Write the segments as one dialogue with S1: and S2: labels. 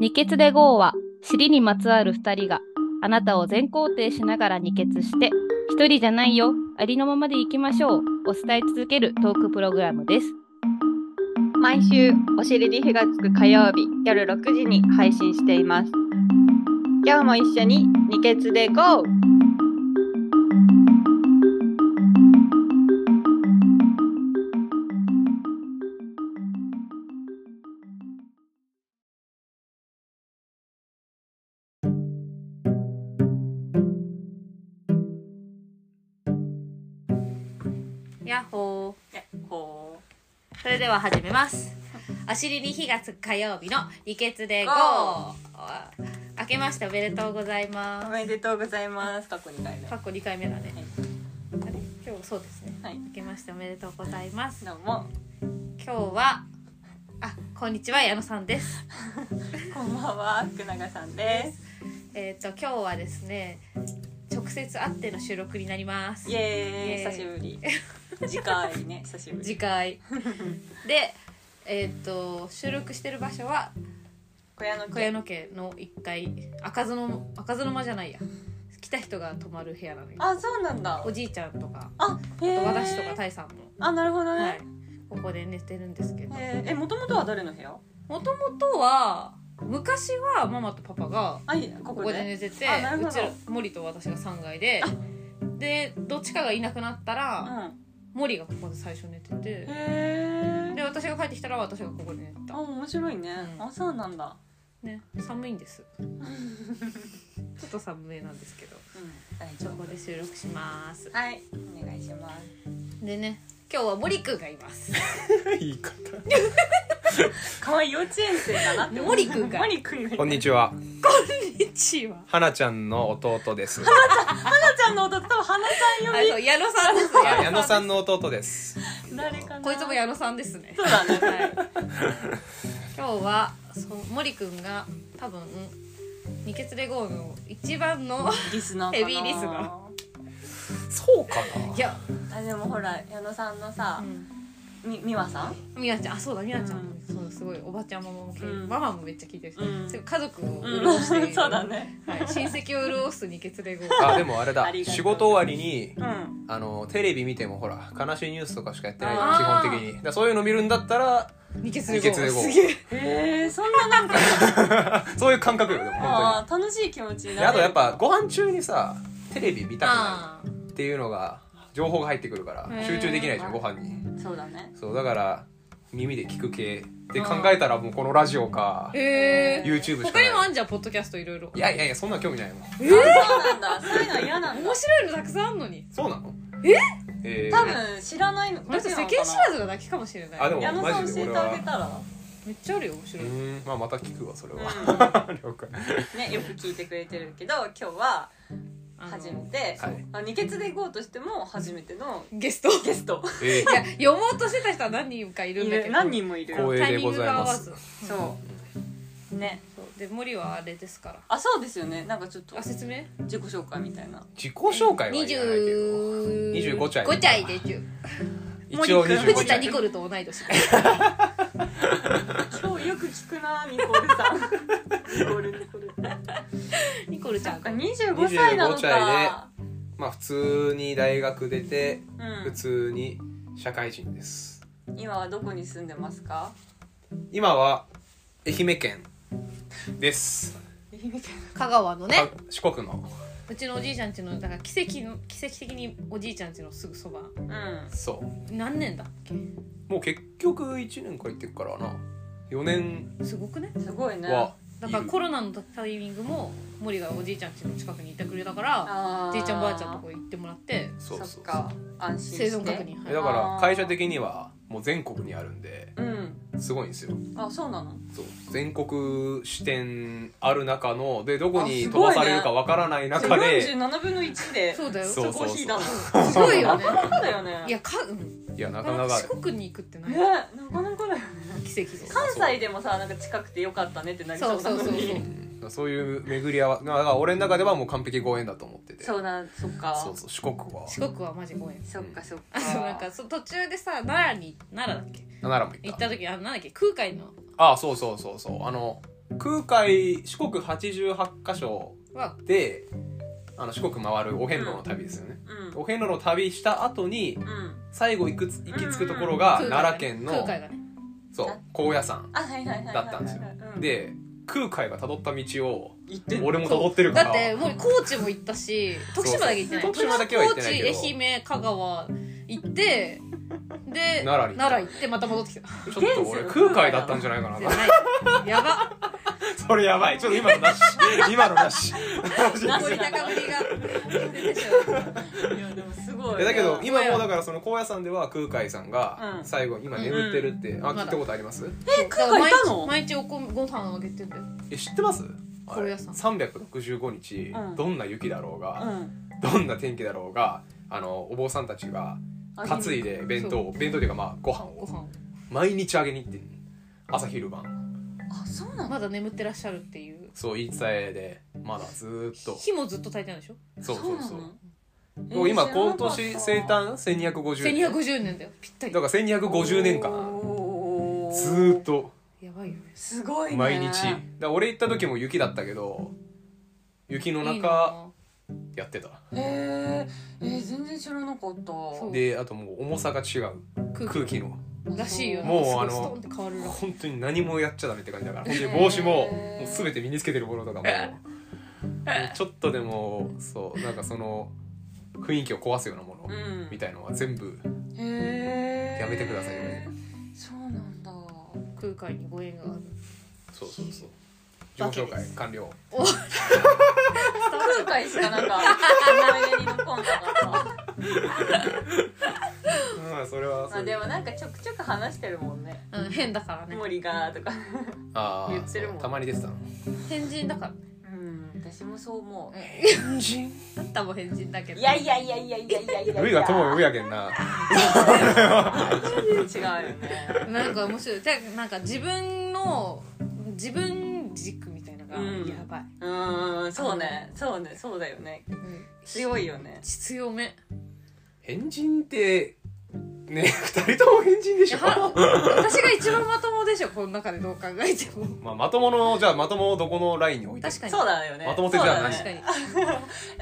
S1: 二血で GO は尻にまつわる2人があなたを全肯定しながら二血して一人じゃないよありのままでいきましょうを伝え続けるトークプログラムです
S2: 毎週お尻に火がつく火曜日夜6時に配信しています今日も一緒に二血で GO!
S3: やっほーそれでは始めますお尻に火がつく火曜日の二血で GO! 明けましておめでとうござい
S4: お
S3: ま
S4: めでとうございます。過去2回目。
S3: す過去2回目だね、あれ今日そうですね、
S4: はい
S3: 明けましておめでとうございます
S4: どうも。
S3: 今日はあこんにちは矢野さん です
S4: こんばんは、福永さんです。
S3: えっ、と今日はですね直接会っての収録になります
S4: イエーイ、
S3: イエーイ
S4: 久しぶり。次回ね、久しぶり。
S3: 次回でえっ、と収録してる場所は
S4: 小屋の家
S3: 小屋野家の1階赤ずの赤ずの間じゃないや来た人が泊まる部屋なのよ
S4: あ、そうなんだ
S3: お。じいちゃんとか
S4: あ、へ
S3: あ
S4: え。
S3: と私とかタイさんも、
S4: あ、なるほどね。
S3: はい、ここで寝てるんですけど
S4: へーえ、もともとは誰の部屋。
S3: もともとは昔はママとパパが
S4: あ、いいこ
S3: こ
S4: こ
S3: こで
S4: で。
S3: 寝てて
S4: あなるほ
S3: う
S4: ど
S3: ちら森と私が3階ででどっちかがいなくなった
S4: う
S3: ら、
S4: ん。
S3: 森がここで最初寝てて
S4: へえ。
S3: で私が帰ってきたら私がここで寝てた
S4: あ、、面白いね
S3: う。ん
S4: あ、そうなんだ。
S3: ね、寒いんです ちょっと寒めなんですけど
S4: うん、大
S3: そ
S4: 丈
S3: こ
S4: 夫
S3: で。収録します
S4: はい、お願いします。
S3: でね今日は森くんがいます
S5: 言い方
S4: 可愛い幼稚園生だなって思う。
S3: 森くんが
S4: 森くんが。
S5: こんに
S4: ち
S5: ちは
S3: 1位は
S5: はなちゃんの弟です
S4: は。ちゃんの弟、多分花ちゃん
S3: あ
S4: 呼
S3: そう矢野さんです
S5: あ矢野さ
S3: ん
S5: んの弟です
S4: び。誰かな。
S3: こいつも矢野さんですね
S4: そうだね。
S3: はい今日はそう森くんが多分二血レゴーの一番の
S4: リスナーかな
S3: ヘビーリスナー
S5: そうかない
S3: や、
S4: あでもほら矢野さんのさ
S3: う、ん、
S4: み美和さん
S3: みやちゃんあそうだみやちゃん、
S4: うん
S3: そうすごいおばちゃんママも聞いて、
S4: うん
S3: ママもめっちゃ聞いてるし、
S4: うん
S3: すごい家族を
S4: う
S3: 潤
S4: ん
S3: している、
S4: そうだね
S3: はい、親戚を潤す二血レゴー
S5: あでもあれだ
S4: ありがとう
S5: 仕事終わりに
S4: うん
S5: あのテレビ見てもほら悲しいニュースとかしかやってない
S4: あ
S5: 基本的にだからそういうの見るんだったら
S3: 二血レゴ
S5: 二
S3: ー
S5: 血でこ
S3: すげえ
S4: へえそんななんか
S5: うそういう感覚よでも本
S4: あー楽しい気持ち
S5: 当
S4: に
S5: に
S4: な
S5: で
S4: る
S5: あとやっぱご飯中にさテレビ見たくな
S3: あ
S5: るっていうのが情報が入ってくるから
S3: へー
S5: 集中できないじゃんご飯に
S4: そうだね
S5: そうだから耳で聞く系で考えたらもうこのラジオか
S3: ーへえ
S5: YouTube しか
S3: 他
S5: な
S3: にもあ
S5: い
S3: んじゃんポッドキャストいろいろ
S5: いやいやいやそんな興味ないもん
S4: そうなんだそういうのは嫌なんだ
S3: 面白いのたくさんあんのに
S5: そうなのええー
S4: 多分知らないの
S3: この人世間知らずがだけかもしれない
S5: あでも
S4: 矢野さん教えてあげたら
S3: めっちゃあるよ面
S5: う
S3: 白い、
S5: ーんまあまた聞くわそれは、 了解
S4: ねよく聞いてくれてるけど今日は
S3: あの
S4: 初めて
S5: はい
S4: あ二血で GO としても初めての
S3: ゲスト
S4: ゲスト
S5: え
S3: いや読もうとしてた人は何人かいるんだけど
S4: 何人もいる
S5: こう
S3: タイミングが合わず
S4: そうね
S3: そうで森はあれですから
S4: あそうですよねなんかちょっと
S3: あ説明
S4: 自己紹介みたいな
S5: 自己紹介はいらないけど
S3: 25
S5: 25歳
S3: 5歳でちゅ
S5: 一応
S4: 森君
S5: 25
S3: 藤田
S5: 歳
S3: ニコルと同い年
S4: 今日よく聞くなニコルさんニコルニコル
S3: ニコルちゃん
S4: 二十五歳なの
S5: 25歳
S4: か
S5: まあ普通に大学出て
S4: う
S5: 普通に社会人です
S4: ん、今はどこに住んでますか
S5: 今は愛媛県です
S3: 香川のね
S5: か四国の
S3: うちのおじいちゃんちのだから奇跡の奇跡的におじいちゃんちのすぐそば
S4: うん
S5: そう
S3: 何年だっけ
S5: もう結局1年から行ってるからな4年
S3: すごくね
S4: すごいね
S5: は
S3: だからコロナのタイミングも森がおじいちゃん家の近くにいてくれたから
S4: あー
S3: じいちゃんばあちゃんとこ行ってもらって
S5: そうそう
S4: そ
S5: そ
S4: っ
S5: う
S4: か安心して
S3: 生存確認
S5: えだから会社的にはもう全国にあるんで
S4: うん
S5: すごいんですよ
S4: あそうなの
S5: そう全国支店ある中のでどこ
S4: あ
S5: に
S4: す
S5: 飛
S4: ごいね
S5: ばされるかわからない中
S4: 四
S5: で
S4: 十七分の一で
S3: そうだよ
S5: そう
S4: そこを引いたの す
S3: すごいよね
S4: なかなかだよね
S3: いやか、うん、
S5: いやな
S3: な
S5: か
S3: か
S5: な
S3: な
S5: か
S3: か
S5: ある
S3: 四国に行くってない
S4: ねなかなかだよね
S3: 奇跡です
S4: 関西でもさなんか近くてよかったねってなりそうなのに
S3: そうそうそう
S5: うんそういう巡り合わせだから俺の中ではもう完璧ご縁だと思ってて
S4: そうなんそっか
S5: そうそう四国は
S3: 四国はマジご縁
S4: そっかそっか
S3: あそうなんかそ途中でさ奈良に奈良だっけ
S5: 奈良も行
S3: 行
S5: っ
S3: ったた時あのなんだっけ空海の
S5: ああそうそうそうそうあの空海四国88箇所
S3: わ
S5: であの四国回るお遍路の旅ですよね、
S4: うん
S5: お遍路の旅した後に
S4: うん
S5: 最後行くつ行き着くところが
S3: 空海
S5: 奈良県の
S3: 空海がね
S5: そう高野山
S4: あはいはいはいはい
S5: だったんですよ
S4: うん
S5: で空海が辿った道を
S4: 行ってんの
S5: 俺も辿ってるか
S3: だ
S5: ら
S3: ってもう高知も行ったし徳島だけ行ってない
S5: そうそう徳島だけは行ってないけど
S3: 高知愛媛香川行ってで
S5: 奈良に
S3: 奈良行ってまた戻ってきた
S5: ちょっと俺空海だったんじゃないかな
S3: やば
S5: それやばいちょっと今のなし今のなし
S3: 盛り高ぶりが出てしまう
S4: いやでもすごい
S5: えだけど
S4: いや
S5: 今もうだからその高野山では空海さんが
S4: うん
S5: 最後今眠ってるって、あ
S3: まだ
S5: 聞いたことあります
S3: え
S4: 空海いたの
S3: 毎日毎日おこご飯あげてんだよ
S5: え知ってます
S3: 高野山
S5: あれ365日、
S4: うん
S5: どんな雪だろう
S4: う
S5: が、
S4: ん
S5: どんな天気だろうがあのお坊さんたちが
S4: あ
S5: 担いで弁当を弁当というかまあご飯
S3: ご
S5: を
S3: 飯
S5: 毎日あげに行ってんの朝昼晩
S4: あそうなの
S3: まだ眠ってらっしゃるっていう
S5: そう言い伝えでまだずーっと
S3: 火もずっと炊いてあるでしょ
S5: そうそう
S4: そ
S5: そう
S4: な
S5: うもう今
S4: えー知らなか
S5: 今
S4: った
S5: 年生誕1250年
S3: 1250年だよぴったり
S5: だから1250年間
S4: おー
S5: ずーっと
S3: やばいよね
S4: すごいね
S5: 毎日だから俺行った時も雪だったけど雪の
S3: いい
S5: 中
S3: な
S5: やってた
S4: えー、えー、全然知らなかっ
S3: そう
S4: た
S5: であともう重さが違う
S3: 空
S5: 空
S3: 気
S5: 気の
S3: らしいよね
S5: もう
S3: すごい
S5: あの
S3: ストンって変わるらしい
S5: 本当に何もやっちゃダメって感じだから本当に帽子も
S4: へー
S5: もう全て身につけてるものとかももうちょっとでもそうなんかその雰囲気を壊すようなもの
S4: うん
S5: みたいのは全部
S4: へー
S5: やめてくださいよ
S4: そうなんだ
S3: 空海にご縁がある
S5: そうそうそう自己紹介完了
S4: 空海しかなんか思い出に残んなかった
S5: うんそれは
S4: まあでもなんかちょくちょく話してるもんね
S3: うん変だからね
S4: 森がとか
S5: あー
S4: 言ってるもん
S5: たまに出てたの
S3: 変人だから
S4: うん私もそう思う
S5: 変人
S3: あったも変人だけど
S4: いやいやいやいやいやいやいや
S5: ルイが友を呼ぶ
S4: や
S5: やけんな
S4: 違うよね
S3: なんか面白いてかなんか自分の自分軸みたいなのが
S4: うん
S3: やばい、
S4: うんそうねそうねそうだよね強いよね
S3: 強め
S5: 変人ってね 二人とも変人で
S3: い
S5: し
S3: や
S5: ょ
S3: は私が一番まともでしょこの中でどう考えても
S5: まあまとものじゃあまともをどこのラインに置いて
S3: 確かに
S4: そうだよね
S5: まとも手じゃない
S4: そ
S3: 確か
S4: うだよ
S3: に、
S4: ね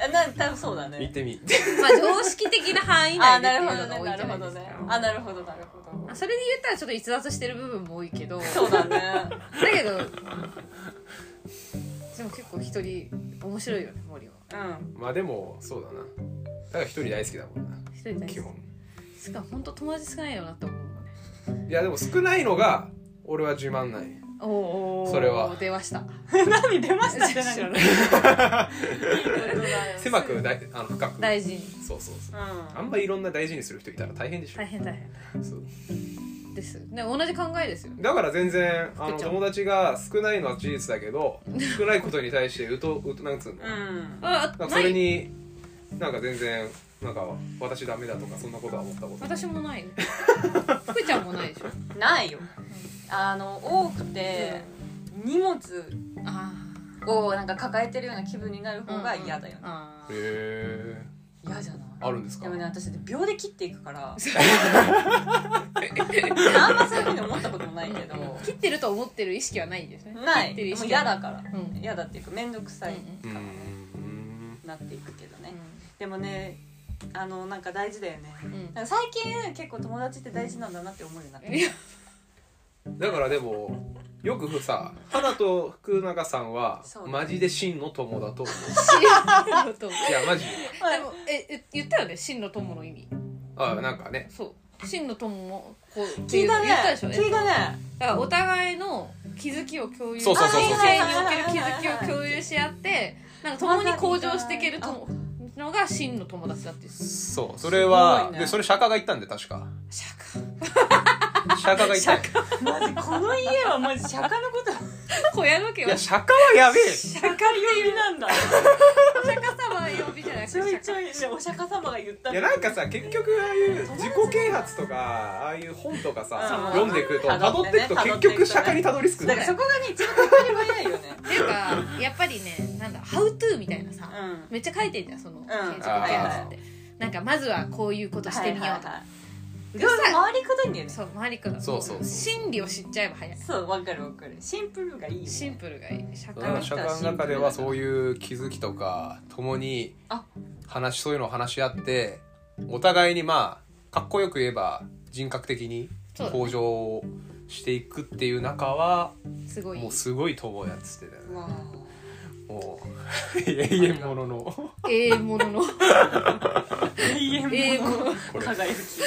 S4: あな多分そうだ
S5: 行っ
S4: ね
S5: てみ
S3: まあ常識的な範囲
S4: あ
S3: 内でって
S4: なる
S3: い
S4: ほ
S3: う
S4: ど
S3: のが多
S4: ね
S3: い
S4: な
S3: じゃ
S4: る
S3: な
S4: ほ
S3: いです
S4: どね
S3: か、
S4: あなるほどなるほど
S3: まあそれで言ったらちょっと逸脱してる部分も多いけど
S4: そうだね
S3: だけどでも結構一人面白いよね森は
S4: うん
S5: まあでもそうだなだから一人大好きだもんな
S3: 一人大
S5: 基
S3: 好
S5: 本
S3: きしかも本当友達少ないよなと思うのね
S5: いやでも少ないのが俺は自慢ない
S3: おーおーおー
S5: それは
S3: 出ました
S4: 何出ましたって何
S3: 知らない
S5: 狭く大あの深 く
S3: 大事に
S5: そうそうそうあ
S4: うん
S5: んまりいろんな大事にする人いたら大変でしょ
S3: 大変大変
S5: そう
S3: ですね同じ考えですよね
S5: だから全然あ
S3: 作
S5: の
S3: っちゃう
S5: 友達が少ないのは事実だけど少ないことに対してうとうとなんつうの、なん
S4: ん
S3: あ
S5: か
S3: あ
S5: そ
S3: な
S5: れ
S3: い
S5: になんか全然なんか私ダメだとかそんなことは思ったことない
S3: 私も ないよ福ちゃんもないでしょ
S4: ないよあの多くて荷物
S3: あ
S4: をなんか抱えてるような気分になる
S3: あ
S4: 方が嫌だよね
S3: あ
S5: へ
S3: ー
S5: え
S4: 嫌じゃない
S5: あるんですか
S4: でもね私秒で切っていくからあんまそういうふうに思ったこともないけど
S3: 切ってると思ってる意識はないですね
S4: な
S3: 切ってる
S4: い
S3: 意
S4: もう
S3: 識
S4: 嫌
S3: はな
S4: だ
S3: い
S4: から
S3: うんうん
S4: 嫌だっていうか面倒くさい
S5: うんうん
S4: なっていくけどねでもねあのなんか大事だよね
S3: うん うん
S4: なんか最近結構友達って大事なんだなって思うようになって
S3: いや
S5: だからでもよくさ花と福永さんは
S4: そう
S5: マジで真の友だと思う
S3: 真の友
S5: いやマジ
S3: でもええ言ったよね真の友の意味
S5: あなんかね
S3: そう真の友もこう
S4: 聞いた
S3: 言った
S4: ね
S3: でしょ
S4: 聞いたね
S3: だからお互いの気づきを共有
S5: そうそうそうそう
S3: 人生における気づきを共有し合ってなんか共に向上していけるとのが真の友達だっていう
S5: そうそれは、
S4: すごいね
S5: でそれ釈迦が言ったんで確か
S3: 釈
S5: 釈迦が言ったんよ
S4: マジこの家はマジ釈迦のこと
S3: 小屋の家
S5: い
S3: は
S5: や釈迦はやべえ
S4: 釈迦寄りなんだ
S3: お釈迦様呼びじゃなく
S4: ち
S3: て
S4: ょいち
S3: 釈迦
S4: ょいねお釈迦様が言った
S5: いやなんかさ結局ああいう自己啓発とかああいう本とかさ
S4: うん
S5: 読んでいくと
S4: 辿
S5: 辿
S4: っ
S5: ってて
S4: ね
S5: いくと結局釈迦にたどり着くん
S4: だか
S5: だ
S4: ら
S5: よ
S4: そこがね一番手っ取り早いよね
S3: っていうかやっぱりねなんだ「How to」みたいなさ、
S4: う
S3: めっちゃ書いてんじゃんその
S4: ん
S3: 建築開発って、なんかまずはこういうことしてみようとか、
S4: はいはいはい
S3: う
S4: い
S3: る
S4: ろい
S3: さ
S4: ろ回りくどいんだよ
S3: い
S4: ね
S3: そうマリクだ
S5: そうそうそう
S3: 真理を知っちゃえば早い
S4: そうわかるわかるシンプルがいいよね
S3: シンプルがいい社会
S5: だか
S3: は
S5: ら社会の中ではそういう気づきとか共に
S4: あ
S5: 話そういうのを話し合ってお互いにまあかっこよく言えば人格的に
S3: そうだね
S5: 向上をしていくっていう中は
S3: すごい
S5: もうすごい友やつってたよね
S4: わ
S5: もう永遠も のの
S3: ええも のの
S4: あ永
S3: ええ
S4: 遠
S3: もの
S4: も
S5: これ
S4: 輝き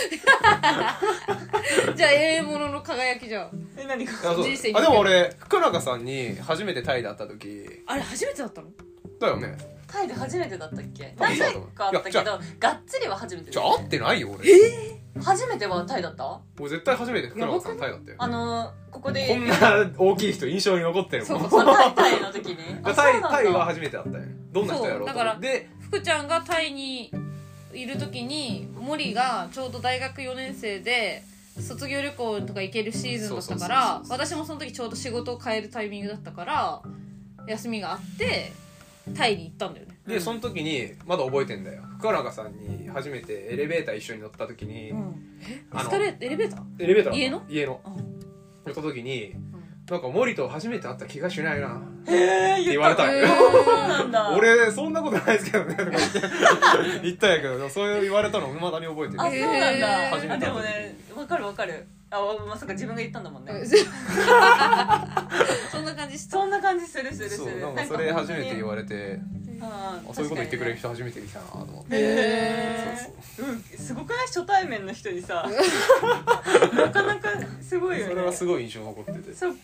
S3: じゃあええものの輝きじゃん
S4: え何か
S5: あそう
S3: 人生
S5: あでも俺福永さんに初めてタイで会った時
S3: あれ初めてだったの
S5: だよね
S4: タイで初めてだったっけ
S5: タ
S4: 何
S5: イだ
S4: 回
S5: と思う
S4: かあったけ
S5: いやじ
S4: どがっつりは初めて
S5: じ
S4: だ
S5: ゃ
S4: よ
S5: あ
S4: ね
S5: 会ってないよ俺
S4: 初めてはタイだった
S5: 俺絶対初めて福永さんタイだったよ
S4: あのーここで
S5: こんな大きい人印象に残ってるもん
S3: そう
S4: そうタイタイの 時にあ
S5: タ
S4: そ
S5: イ
S4: うなんだ
S5: タイは初めてだったよどんな人やろう
S3: そう
S5: と
S3: だから
S5: で
S3: 福ちゃんがタイにいる時に森がちょうど大学4年生で卒業旅行とか行けるシーズンだったから
S5: そうそうそうそ
S3: 私
S5: う
S3: もその時ちょうど仕事を変えるタイミングだったから休みがあってタイに行ったんだよね
S5: でその時にまだ覚えてんだよ福永さんに初めてエレベーター一緒に乗った時に、
S3: エ
S5: あの
S3: スカレーエレベーター
S5: エレベーター
S3: 家の
S5: 家の
S3: う
S5: 乗った時に、なんか森と初めて会った気がしないなって
S4: へえ
S5: 言われたの
S3: え
S5: よ、
S4: そうなんだ
S5: 俺そんなことないですけどねとか言って言ったんやけどそう言われたの未だに覚えてる
S4: あそうなん
S3: へ
S4: だ
S3: ー
S4: あでもねわかるわかるあまさか自分が言ったんだもんね
S3: ー そんな感じした
S4: そんな感じするするす
S5: そう
S4: る
S5: なんかそれ初めて言
S4: わ
S5: わ れてあそういうこと言ってくれる人初めて来たなと思って
S4: へ
S5: そうそ
S4: え
S5: う
S4: うんすごくない初対面の人に さなかなかすごいよね
S5: それはすごい印象に残ってて
S4: そっか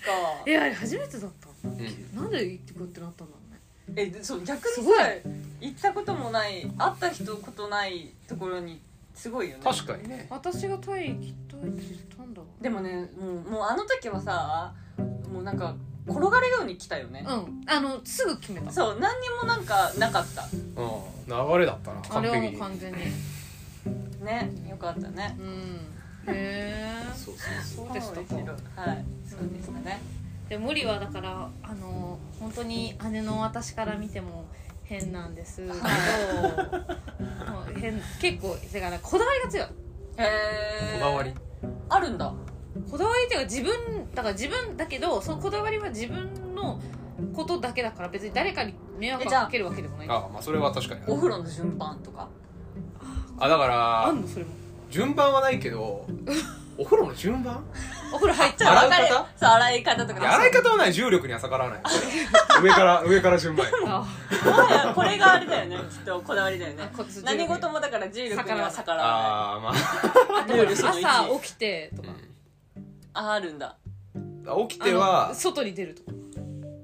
S3: えあれ初めてだった
S5: うん
S3: なんで行ってこうってなったんだろうね
S4: えでそう逆に
S3: す
S4: さ
S3: ごい
S4: 行ったこともない会った人ことないところにすごいよね
S5: 確かにね
S3: 私がタイ行きたいって言ったんだろう
S4: でもねもうもうあの時はさもうなんか転がるように来たよね、
S3: うんあのすぐ決めた
S4: そう何にもなんかなかった
S5: うん流れだったな
S3: あ
S5: 完
S3: れは
S5: 璧
S3: もう
S5: に
S3: 完全に
S4: ねよかったね
S3: うんへえ
S5: そうそうそう
S3: そうでしたか
S4: 面白いはいそうでしたね
S3: で森はだからあの本当に姉の私から見ても変なんですけどもう変結構だからこだわりが強い
S4: へ
S5: こ
S4: え
S5: だわり
S4: あるんだ
S3: こだわりっていうか自分だから自分だけどそのこだわりは自分のことだけだから別に誰かに迷惑を
S4: えじゃあ
S3: かけるわけでもないあ
S5: あまあそれは確かにあ
S4: お
S5: る
S4: 風呂の順番とか
S5: あだから
S3: んのそれも
S5: 順番はない けどお風呂の順番
S3: お風呂入っちゃう
S5: 洗い方
S4: わかるそう洗い方と
S5: い
S4: か
S5: や洗い方はない重力には逆らわない上から上から順番や
S3: あ
S4: 方これがあれだよねきっとこだわりだよね
S3: こっち
S4: 何事もだから重力には逆らわ
S5: ああまあ、
S3: あと
S4: 料理その一
S3: 朝起きてとか
S4: ないああるんだ
S5: 起きては
S3: あの外に出るとか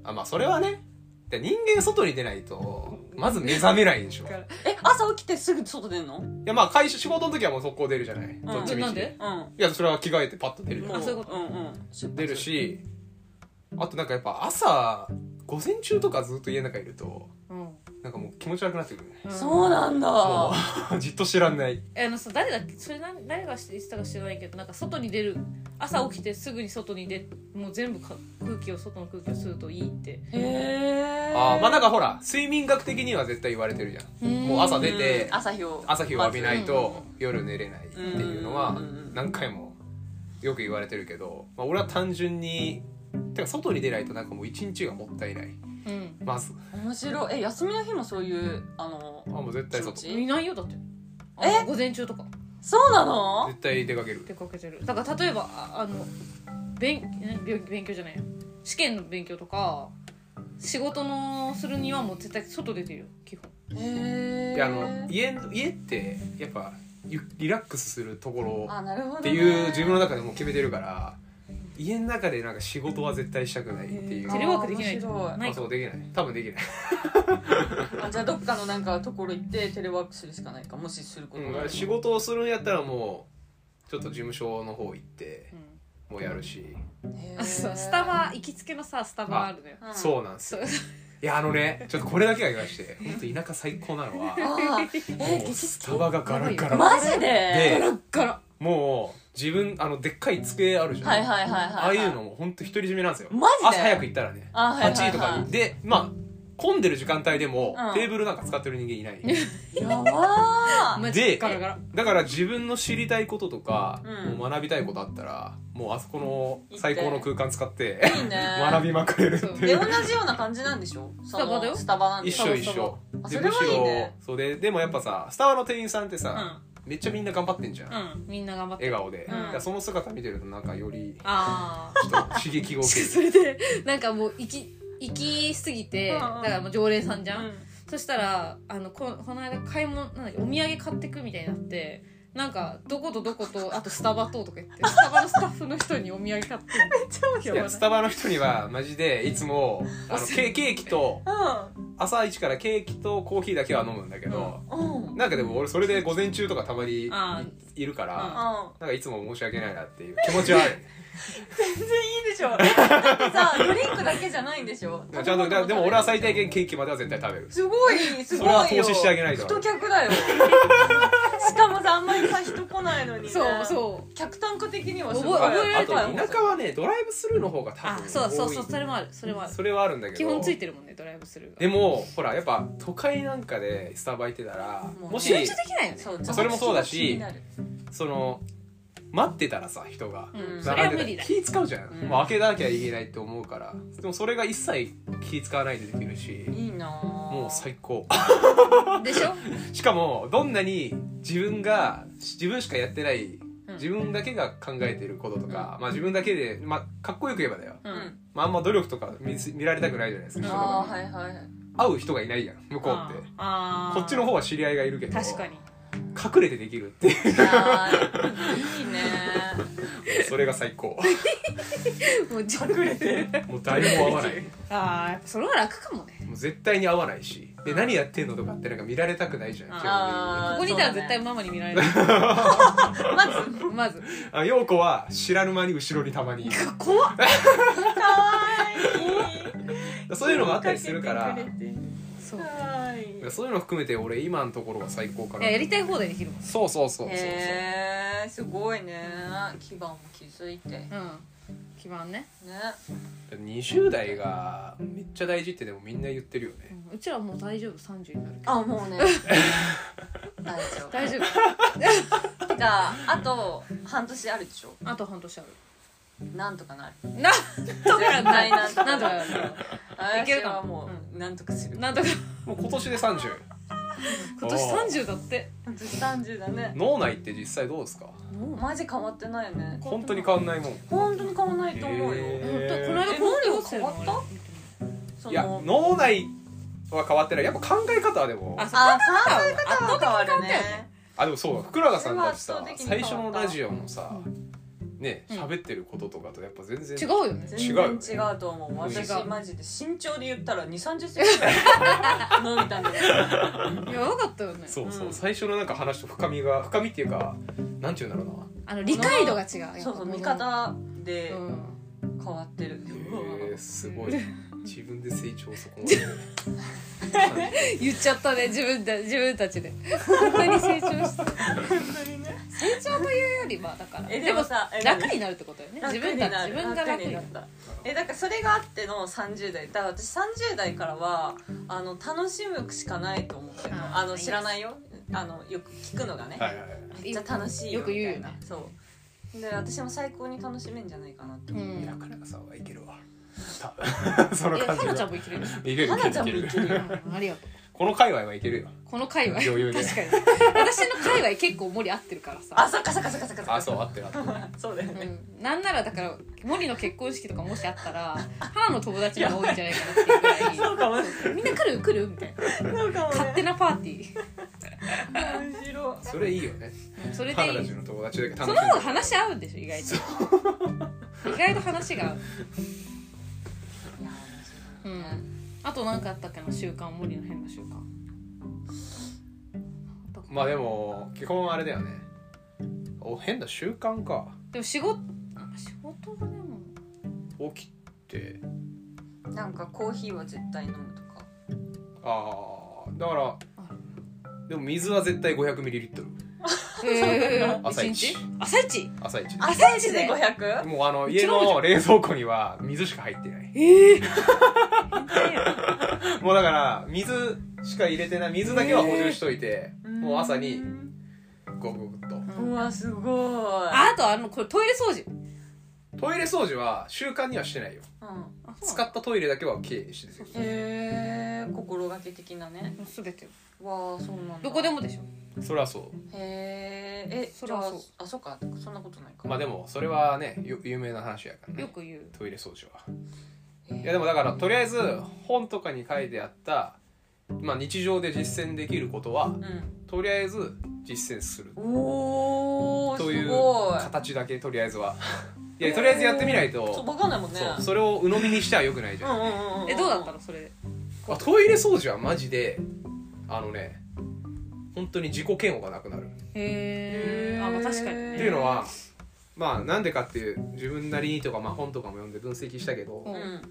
S5: あまあそれはねで人間外に出ないとまず目覚めないでしょい
S4: え朝起きてすぐ外出んのうん
S5: やまあ会社仕事の時はもう速攻出るじゃないどっちみ
S3: な
S5: ち
S3: んで
S5: いやそれは着替えてパッと出るじゃん
S4: も
S3: そういうこと
S4: んうん
S5: 出るしあとなんかやっぱ朝午前中とかずっと家の中いると
S3: うん
S5: なんかもう気持ち悪くなってくるね
S4: そうなん
S5: も
S4: だ
S5: うじっと知らんない
S3: あのさ誰だっけそれ何誰が言ってたか知らないけどなんか外に出る朝起きてすぐに外に出もう全部か空気を外の空気を吸うといいって
S4: へえ
S5: あーまあなんかほら睡眠学的には絶対言われてるじゃんもう朝出て
S4: 朝日を
S5: 朝日を浴びない
S3: ま
S5: と夜寝れないっていうのは
S4: うん
S5: 何回もよく言われてるけど、まあ、俺は単純にてか外に出ないとなんかもう一日がもったいない
S3: うん
S5: まず
S4: 面白いえ休みの日もそういうあの
S5: あもう絶対外
S4: 気持ち
S3: いないよだってあ
S4: え
S3: 午前中とか
S4: そうなの
S5: 絶対出かける
S3: 出かけてるだから例えばああの勉何勉勉強じゃないや試験の勉強とか仕事のするにはもう絶対外出てるよ基本
S4: へ
S5: であの家の家ってやっぱゆリラックスするところ
S4: あなるほど、ね、
S5: っていう自分の中でもう決めてるから家の中でなんか仕事は絶対したくないっていう
S3: へテレワークできない
S4: あー面白い
S3: ない
S5: あそうできない多分できない
S4: あじゃあどっかのなんかところ行ってテレワークするしかないかもしすることない、
S5: うん仕事をするんやったらもうちょっと事務所の方行って
S3: うん
S5: もうやるし、
S4: へー
S3: あそうスタバ行きつけのさスタバあるのよ
S4: うん
S5: そうなんですよいやあのねちょっとこれだけは言わして本当田舎最高なのは
S4: あー え
S5: もうスタバがガラガラ
S4: マジで
S5: で
S3: ガラ
S5: もう自分あのでっかい机あるじゃん、
S4: はいはいはいはい、
S5: ああいうのも本当独り占めなんですよ
S4: マジで
S5: 朝早く行ったらね
S4: あはいはいはい
S5: 8時とかにでまあ混んでる時間帯でも、
S4: うん
S5: テーブルなんか使ってる人間いない
S4: やば
S3: マジ
S5: で
S3: ガラガラ
S5: だから自分の知りたいこととか、
S4: うん
S5: もう学びたいことあったらもうあそこ
S4: 行って
S5: の最高の空間使って
S4: ーいいね
S5: 学びまくれるって
S4: で
S5: いう
S4: 同じような感じなんでしょそ
S3: スタバだよ
S4: のスタバなんで
S5: 一
S4: しょ
S5: 緒一緒
S4: あ
S5: で
S4: それはいいね
S5: むしろそうででもやっぱさスタバの店員さんって
S4: うん
S5: さ、めっちゃみんな頑張ってんじゃん、
S4: うん
S3: みんな頑張って
S5: 笑顔で、
S4: ん
S5: だからその姿見てるとなんかより
S3: あ
S5: ちょっと刺激を
S3: あ
S5: 受け る
S3: それでなんかもう行き行きすぎて
S4: う
S3: だ
S4: んうん
S3: からもう常連さんじゃん、
S4: うん
S3: そしたらあのここの間買い物なんだっけお土産買ってくみたいになってなんかどことどことあとスタバととか言ってスタバのスタッフの人にお土産買って
S5: いやスタバの人にはマジでいつもあのケケーキと朝一からケーキとコーヒーだけは飲むんだけど、
S4: うんうん
S5: なんかでも俺それで午前中とかたまにい
S3: あ
S5: いるから、
S3: うん
S5: なんかいつも申し訳ないなっていう気持ちはある
S4: 全然いいでしょだって さドリンクだけじゃないんでしょ
S5: ちゃんとだでも俺は最低限ケーキまでは絶対食べる
S4: すごいす
S5: そ
S4: ご
S5: れはい
S4: よ
S5: 投資してあげないと
S4: 太客だよしかもさあんまりさ人来ないのにね
S3: そうそう
S4: 客単価的にはすごい
S3: 覚えら
S5: あ
S3: れ
S5: と
S3: たよ
S5: 田舎はねドライブスルーの方が多
S3: あ
S5: 分
S3: そうだそう
S5: 多い
S3: そうそれもあるそれもある
S5: それはあるんだけど
S3: 基本ついてるもんねドライブスルーが
S5: でもほらやっぱ都会なんかでスタバ行ってたら
S4: もう
S5: もし
S3: 集中できないよね
S4: そう
S5: それもそうだし
S4: 気が気になる
S5: その待ってたらさ人が
S3: うん
S4: ん
S3: それは
S5: 並
S3: 無
S5: んでたら
S3: 理だよ
S5: 気使うじゃん、
S4: うん
S5: もう開けなきゃいけないって思うからでもそれが一切気使わないでできるし
S4: いいなぁ
S5: もう最高
S3: でしょ
S5: しかもどんなに自分が自分しかやってない自分だけが考えてることとか、まあ自分だけで、まあ、かっこよく言えばだよ、
S3: う
S4: うん
S3: ん
S5: まあ、あんま努力とか見せ見られたくないじゃないですか人と
S4: あ
S5: か
S4: ーはいはい
S5: 会う人がいないやん向こうって
S3: あー
S5: こっちの方は知り合いがいるけど
S3: 確かに
S5: 隠れてできるっていう
S4: いやーいいね
S5: それが最高
S3: もう隠れて
S5: もう誰も会わない
S3: ああやっぱそれは楽かもね
S5: もう絶対に会わないしで何やってんのとかってなんか見られたくないじゃん
S3: あー
S5: 基本
S3: こ
S4: あー
S3: こにいたら
S4: そうだね
S3: 絶対ママに見られる
S4: まず
S3: まず
S5: 的にあ陽子は知らぬ間に後ろにたまに
S3: 怖っ
S4: かわいい
S5: そういうのがあったりするから
S3: そう
S4: かわいい
S5: そういうの含めて俺今のところが最高か
S3: い
S5: な
S3: ややりたい放題できるもん
S5: そうそうそうそうそう
S4: へえすごいね基盤も気づいてね
S3: うん基盤ね
S5: 20代がめっちゃ大事ってでもみんな言ってるよね
S3: うんうちらもう大丈夫30になるけど
S4: あもうね大丈
S3: 大丈夫
S4: 夫てかあと半年あるでしょ
S3: あと半年ある
S4: なんとかなる
S3: なんとかない
S4: なんとか
S3: なんとかなるい
S4: 私
S3: けるかも
S4: はもうなんとかする
S3: なんとか
S5: もう今年で30
S3: 今年30だって
S4: 私30だね
S5: 脳内って実際どうですか
S4: マジ変わってないよね
S5: 本当に変わんないもん
S4: 本当に変わんないと思うよ
S5: へ
S3: 本当この間
S4: え
S3: 高校生の
S4: 何が変わそ
S5: いや
S4: の
S5: 脳内は変わってないやっぱ考え方はでも
S3: あ
S4: あ考え方は変わるね
S5: あでもそうだ福永さんだって
S4: それは
S5: さ
S4: 圧倒的に変
S5: 最
S4: わっ
S5: 初
S4: た
S5: のラジオのさ
S1: う
S5: ね
S3: うん
S5: 喋ってることとかとやっぱ全然
S3: 違うよね
S5: 違
S4: 全
S5: う
S4: 然違うと思う私
S3: 違う
S4: マジで身長で言ったら2 3 0センチぐらい伸びたんだよ
S3: やばかったよね
S5: そうそううん最初のなんか話と深みが深みっていうかなんていうんだろう
S3: あの理解度が違うやっぱ
S4: そうそう見方で
S3: うん
S4: 変わってる、
S5: なへーす ごい自分で成長をそこまで
S3: 言っちゃったね自分で自分たちで本当に成長した成長というよりはだから
S4: えでもさえ
S3: 楽になるってことよね
S4: 楽
S3: 自分
S4: に
S3: た
S4: な
S3: ち
S4: る
S3: 自分が楽
S4: 楽
S3: に
S4: に
S3: な
S4: なっ
S3: る
S4: たえだからそれがあっての30代だから私30代からはあの楽しむしかないと思ってる
S3: あ
S4: の
S3: ー
S4: あの知らないよあのよく聞くのがね、
S5: はいはいはい
S4: めっちゃ楽しいよ
S3: よく言うよね
S4: みたいなそうで私も最高に楽しめんじゃないかなって
S3: う
S4: 思う、
S5: いや
S3: ん
S5: 福永さんはいけるわ多分 その
S3: いや
S5: 感じ
S3: 花
S5: が
S3: ちゃんもいけるでしょ
S5: いけるいけ
S4: 花ちゃんも
S5: る
S4: い
S5: い
S4: け
S5: ける
S4: るよ
S3: うんありがとう
S5: この界隈はいけるよ
S3: この界隈
S5: 余裕で
S3: 確かに私の界隈結構森合ってるからさ
S4: あ、そっかそっかそっかそっかそっか
S5: あそうあってるあってる
S4: そうだよね、
S3: うん、なんならだから森の結婚式とかもしあったら花の友達が多いんじゃないかなっていうぐらい
S4: そうかもね。
S3: みんな来る来るみたいな
S4: そうかもね。
S3: 勝手なパーティー
S4: 面白
S5: それいいよね
S3: うんそれで
S5: 花
S3: い
S5: た
S3: い
S5: ちの友達だけ
S3: そ
S5: 楽し
S3: の
S5: んで
S3: 方が話し合うんでしょ意外と意外と話が合う、
S4: い。いや
S3: うん、あと何かあったっけな習慣森の変な習慣
S5: まあでも基本あれだよねお変な習慣か
S3: でも仕事あ仕事がで も
S5: 起きて
S4: 面白いなんかコーヒーは絶対飲むとか。
S5: ああだからでも水は絶対 500ml
S3: えー
S5: 朝
S3: 一
S5: 一
S3: 日朝一
S5: 朝一
S4: 朝一で五百？
S5: もうあの家の冷蔵庫には水しか入ってない
S3: ええ
S5: もうだから水しか入れてない水だけは補充しといて、もう朝にゴクゴクっと
S4: うわすごい
S3: ああとあのこれトイレ掃除
S5: トイレ掃除は習慣にはしてないよ
S4: うん
S5: 使ったトイレだけはきれいにしてる
S4: へえ心がけ的なね
S3: すべて
S4: わあそうなんだ
S3: どこでもでしょ
S5: それはそう
S4: へーえ
S3: そ
S4: じ
S3: れ
S4: ゃ
S3: は
S4: あ
S3: そう
S4: あそっかそんなことないか
S5: まあでもそれはねよ有名な話やからね
S3: よく言う
S5: トイレ掃除は
S4: へー
S5: いやでもだからとりあえず本とかに書いてあった、まあ、日常で実践できることは
S4: うん
S5: とりあえず実践する
S4: おおす
S5: と
S4: ご
S5: い
S4: いう
S5: 形だけとりあえずは いやとりあえずやってみないと
S4: そうわかんないもんね
S5: そうそれを鵜呑みにしてはよくないじゃん
S4: うんうんうんん
S3: えどうだったのそれで
S5: あトイレ掃除はマジであのね本当に自己嫌悪がなくなる、
S3: へ
S4: へー
S3: ーあまあ確かに
S5: っていうのはまあなんでかっていう自分なりにとか、まあ、本とかも読んで分析したけど、
S3: うん
S4: うん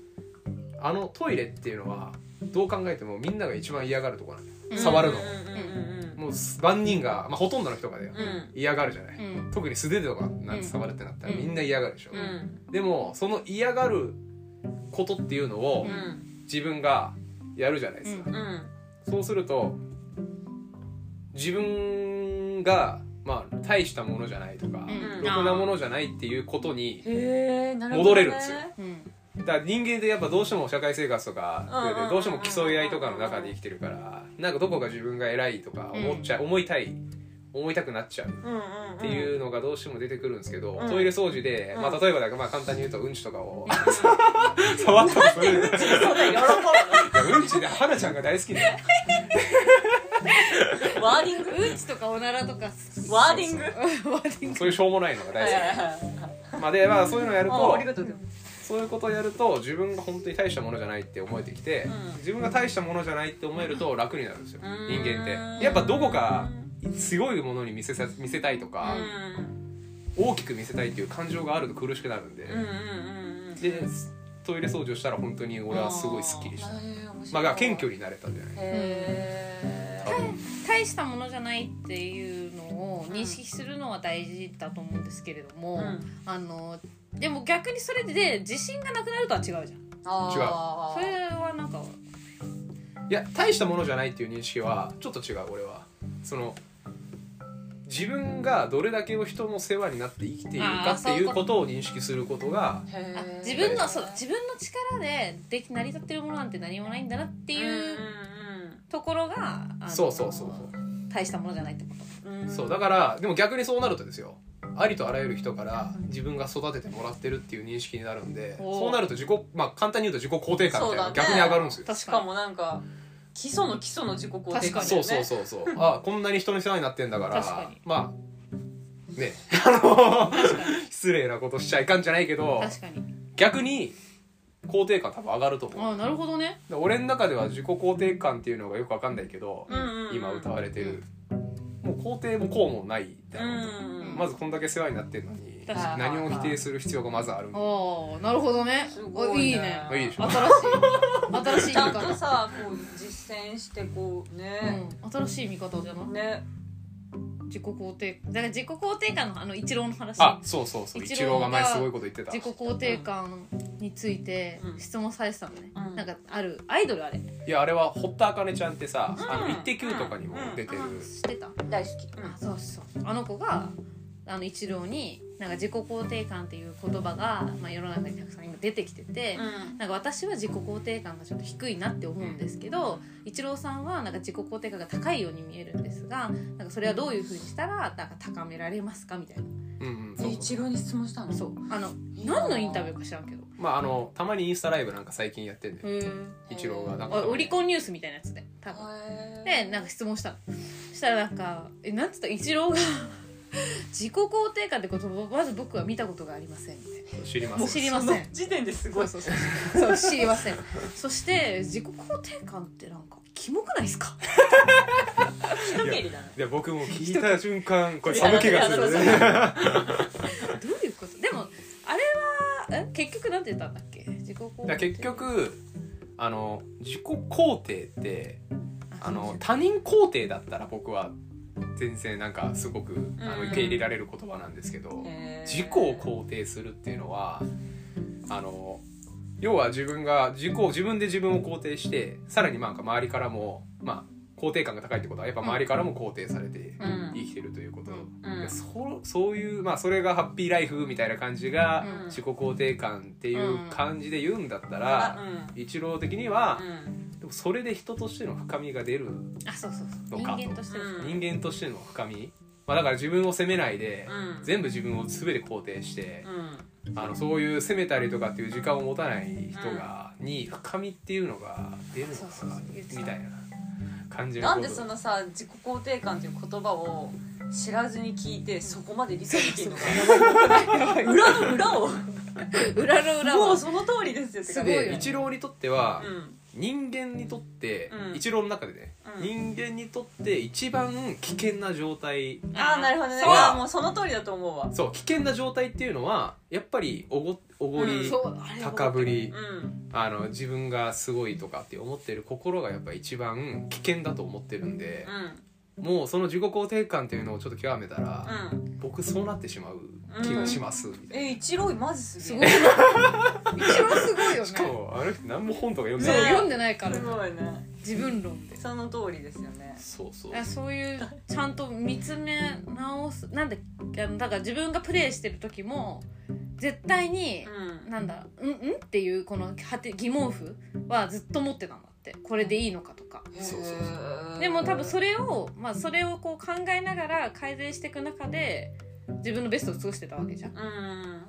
S5: あのトイレっていうのはどう考えてもみんなが一番嫌がるところなのよ
S3: うん
S5: 触るの
S4: うんうん
S5: もうす万人が、まあ、ほとんどの人がだよ、
S4: うん
S5: 嫌がるじゃない、
S3: うん
S5: 特に素手とかなん
S3: うん
S5: て触るってなったら
S3: うん
S5: みんな嫌がるでしょ、
S4: うんうん
S5: でもその嫌がることっていうのを
S3: う
S4: う
S3: ん
S4: ん
S5: 自分がやるじゃないですか、
S4: うん
S5: そうすると自分がまあ大したものじゃないとか、
S3: うん
S5: ろくなものじゃないっていうことに
S4: へえなるほど
S5: 戻れるんですよ
S3: うん
S5: だから人間ってやっぱどうしても社会生活と
S4: うんうんうん
S5: か
S4: うん
S5: どうしても競い合いとかの中で生きてるからなんかどこか自分が偉いとか思っちゃう、思いたい思いたくなっちゃうっ
S4: うんうんうん
S5: ていうのがどうしても出てくるんですけど、
S4: うん
S5: トイレ掃除で、
S4: うん
S5: まあ、例えばだからまあ簡単に言うとうんちとかを 触ったりする
S4: そうだよ喜
S5: うんちで花ちゃんが大好きで
S4: ぶのワーディング
S3: うんちとかおならとか
S4: ワーディング
S3: ワーディング
S5: そういうしょうもないのが
S4: はいはいはいはい
S5: 大好きでまあでまあ、そういうのやる
S4: あ
S5: と
S4: ありがとうございます
S5: そういうことをやると自分が本当に大したものじゃないって思えてきて、
S4: うん
S5: 自分が大したものじゃないって思えると楽になるんですよ
S4: うーん
S5: 人間ってやっぱどこかすごいものに見せさ見せたいと
S4: う
S5: か、
S4: ん
S5: 大きく見せたいっていう感情があると苦しくなるんで、
S4: うんうんうん
S5: でトイレ掃除をしたら本当に俺はすごいスッキリしたまあだから謙虚になれたんじゃない
S4: へ
S3: 大したものじゃないっていうのを認識するのは大事だと思うんですけれども、あのでも逆にそれで自信がなくなるとは違うじゃんそ
S4: 違
S3: れはなんか
S5: いや大したものじゃないっていう認識はちょっと違う俺はその自分がどれだけの人の世話になって生きているかっていうことを認識することが
S4: へ
S3: あ
S4: ー
S3: 自分のそう自分の力ででき成り立ってるものなんて何もないんだなっていうところが、あの
S5: そうそうそうそう
S3: 大したものじゃないってこと
S4: うんうん
S5: そうだからでも逆にそうなるとですよありとあらゆる人から自分が育ててもらってるっていう認識になるんで
S3: おー
S5: そうなると自己まあ簡単に言うと自己肯定感みた
S4: そう
S5: いなのが
S4: だね
S5: 逆に上がるんですよ
S3: 確
S4: しかもなんか基礎の基礎の自己肯定感だよね
S5: そうそうそうそうあこんなに人の世話になってんだから
S3: 確かに
S5: まあねあの失礼なことしちゃいかんじゃないけど
S3: 確かに
S5: 逆に肯定感多分上がると思う
S3: ああなるほどね
S5: で俺の中では自己肯定感っていうのがよくわかんないけど、
S4: うんうんうん
S5: 今歌われてる、もう肯定もこうもないだ
S4: う
S5: ろうと
S4: ん
S5: まずこんだけ世話になってるのに
S3: 確か
S4: に
S5: 何も否定する必要がまずある
S3: ああなるほどね
S4: すごいね
S3: おね
S5: いいでしょ
S3: 新しい新しい見
S4: ちゃん
S3: 方
S4: とさこう実践してこうね
S3: うん、新しい見方じゃない
S4: ね
S3: 自己肯定だから自己肯定感のあの一郎の話
S5: あそうそうそう
S3: 一
S5: 一
S3: 郎が
S5: 郎が前すごいこと言ってた
S3: 自己
S5: い
S3: 肯定感について
S4: うん
S3: 質問されてたのね、
S4: うん
S3: なんかあるアイドルあれ
S5: やあれは堀田茜ちゃんってさ「
S4: ん
S5: あのイッテ Q!」とかにも出てる、
S3: あ知ってた
S4: 大好き
S3: あそうそうあの子があの一郎になんか自己肯定感っていう言葉が、まあ、世の中にたくさん今出てきてて、
S4: うん
S3: なんか私は自己肯定感がちょっと低いなって思うんですけど、一郎さんはなんか自己肯定感が高いように見えるんですがなんかそれはどういうふうにしたらなんか高められますかみたいな
S5: うんうん
S4: え
S5: そうそう
S4: 一郎に質問したの
S3: そうあの何のインタビューか知らんけど
S5: まああのたまにインスタライブなんか最近やってんだよ
S3: へ
S5: 一郎がなんか
S3: あオリコンニュースみたいなやつで多分
S4: へー
S3: でなんか質問したのそしたらなんかえなんつった一郎が 自己肯定感って言葉をまず僕は見たことがありませんみたいな
S5: 知りま
S3: もう
S5: す
S3: 知りません
S4: その時点ですごい
S3: そうそうそうそう知りませんそして自己肯定感ってなんかキモくないですか
S4: 一蹴りだね
S5: いや僕も聞いた瞬間これ寒気がする
S4: いや
S5: ね
S3: どういうことでもあれはえ結局なんて言ったんだっけ自己肯
S5: だから
S3: 定
S5: 結局あの自己肯定ってあの他人肯定だったら僕は全然なんかすごくあの
S4: うん
S5: 受け入れられる言葉なんですけど、
S4: へー
S5: 自己を肯定するっていうのはあの要は自分が自己自分で自分を肯定してさらになんか周りからも、まあ、肯定感が高いってことはやっぱ周りからも肯定されて
S4: うん
S5: 生きてるということ、
S3: うん
S4: うん
S5: でそそういう、まあ、それがハッピーライフみたいな感じが
S4: うん
S5: 自己肯定感っていう感じで言うんだった
S4: あ
S5: ら、一郎的には
S4: う、ん
S5: でもそれで人としての深みが出る
S3: あそうそうそう
S5: のか
S3: 人間としての
S4: うん
S5: 人間としての深み、まあ、だから自分を責めないで、
S4: うん
S5: 全部自分を全て肯定して
S4: う、ん
S5: あのそういう責めたりとかっていう時間を持たない人が、に深みっていうのが出るのか
S3: そうそうそう
S5: みたいな感じ
S4: な
S5: のこと
S4: んで そのさ自己肯定感という言葉を知らずに聞いてそこまで理解できるのか裏の裏を
S3: 裏の裏
S4: も
S3: は
S4: うその通りですよって感じ
S3: ごいよ
S5: で一郎にとっては、
S4: うん
S5: 人間にとって、
S4: うん
S5: 一郎の中でね、
S4: うん
S5: 人間にとって一番危険な状態
S4: ああなるほどね
S5: そう
S4: あーもうその通りだと思うわ
S5: そう危険な状態っていうのはやっぱりおごおごり、
S4: うん
S3: そうあれ
S5: 高ぶり、
S4: うん
S5: あの自分がすごいとかって思ってる心がやっぱ一番危険だと思ってるんで、もうその自己肯定感っていうのをちょっと極めたら、
S4: うんうん
S5: 僕そうなってしまう気がします、みたいな。
S4: え一郎マジ
S3: す
S4: す
S3: ごい
S4: げえ
S3: ね一郎すごいよね
S5: しかもあの人何も本とか読んで
S3: そう
S5: ない、
S3: 読んでないから
S4: すごいね
S3: 自分論で
S4: その通りですよね
S5: そうそう
S3: あそういうちゃんと見つめ直すなんであのだから自分がプレイしてる時も絶対に
S4: う、ん
S3: なんだうんうんっていうこのはて疑問符はずっと持ってたんだってこれでいいのかとか
S5: そうそう
S4: そう
S3: でも多分それを、まあ、それをこう考えながら改善していく中で自分のベストを尽くしてたわけじゃん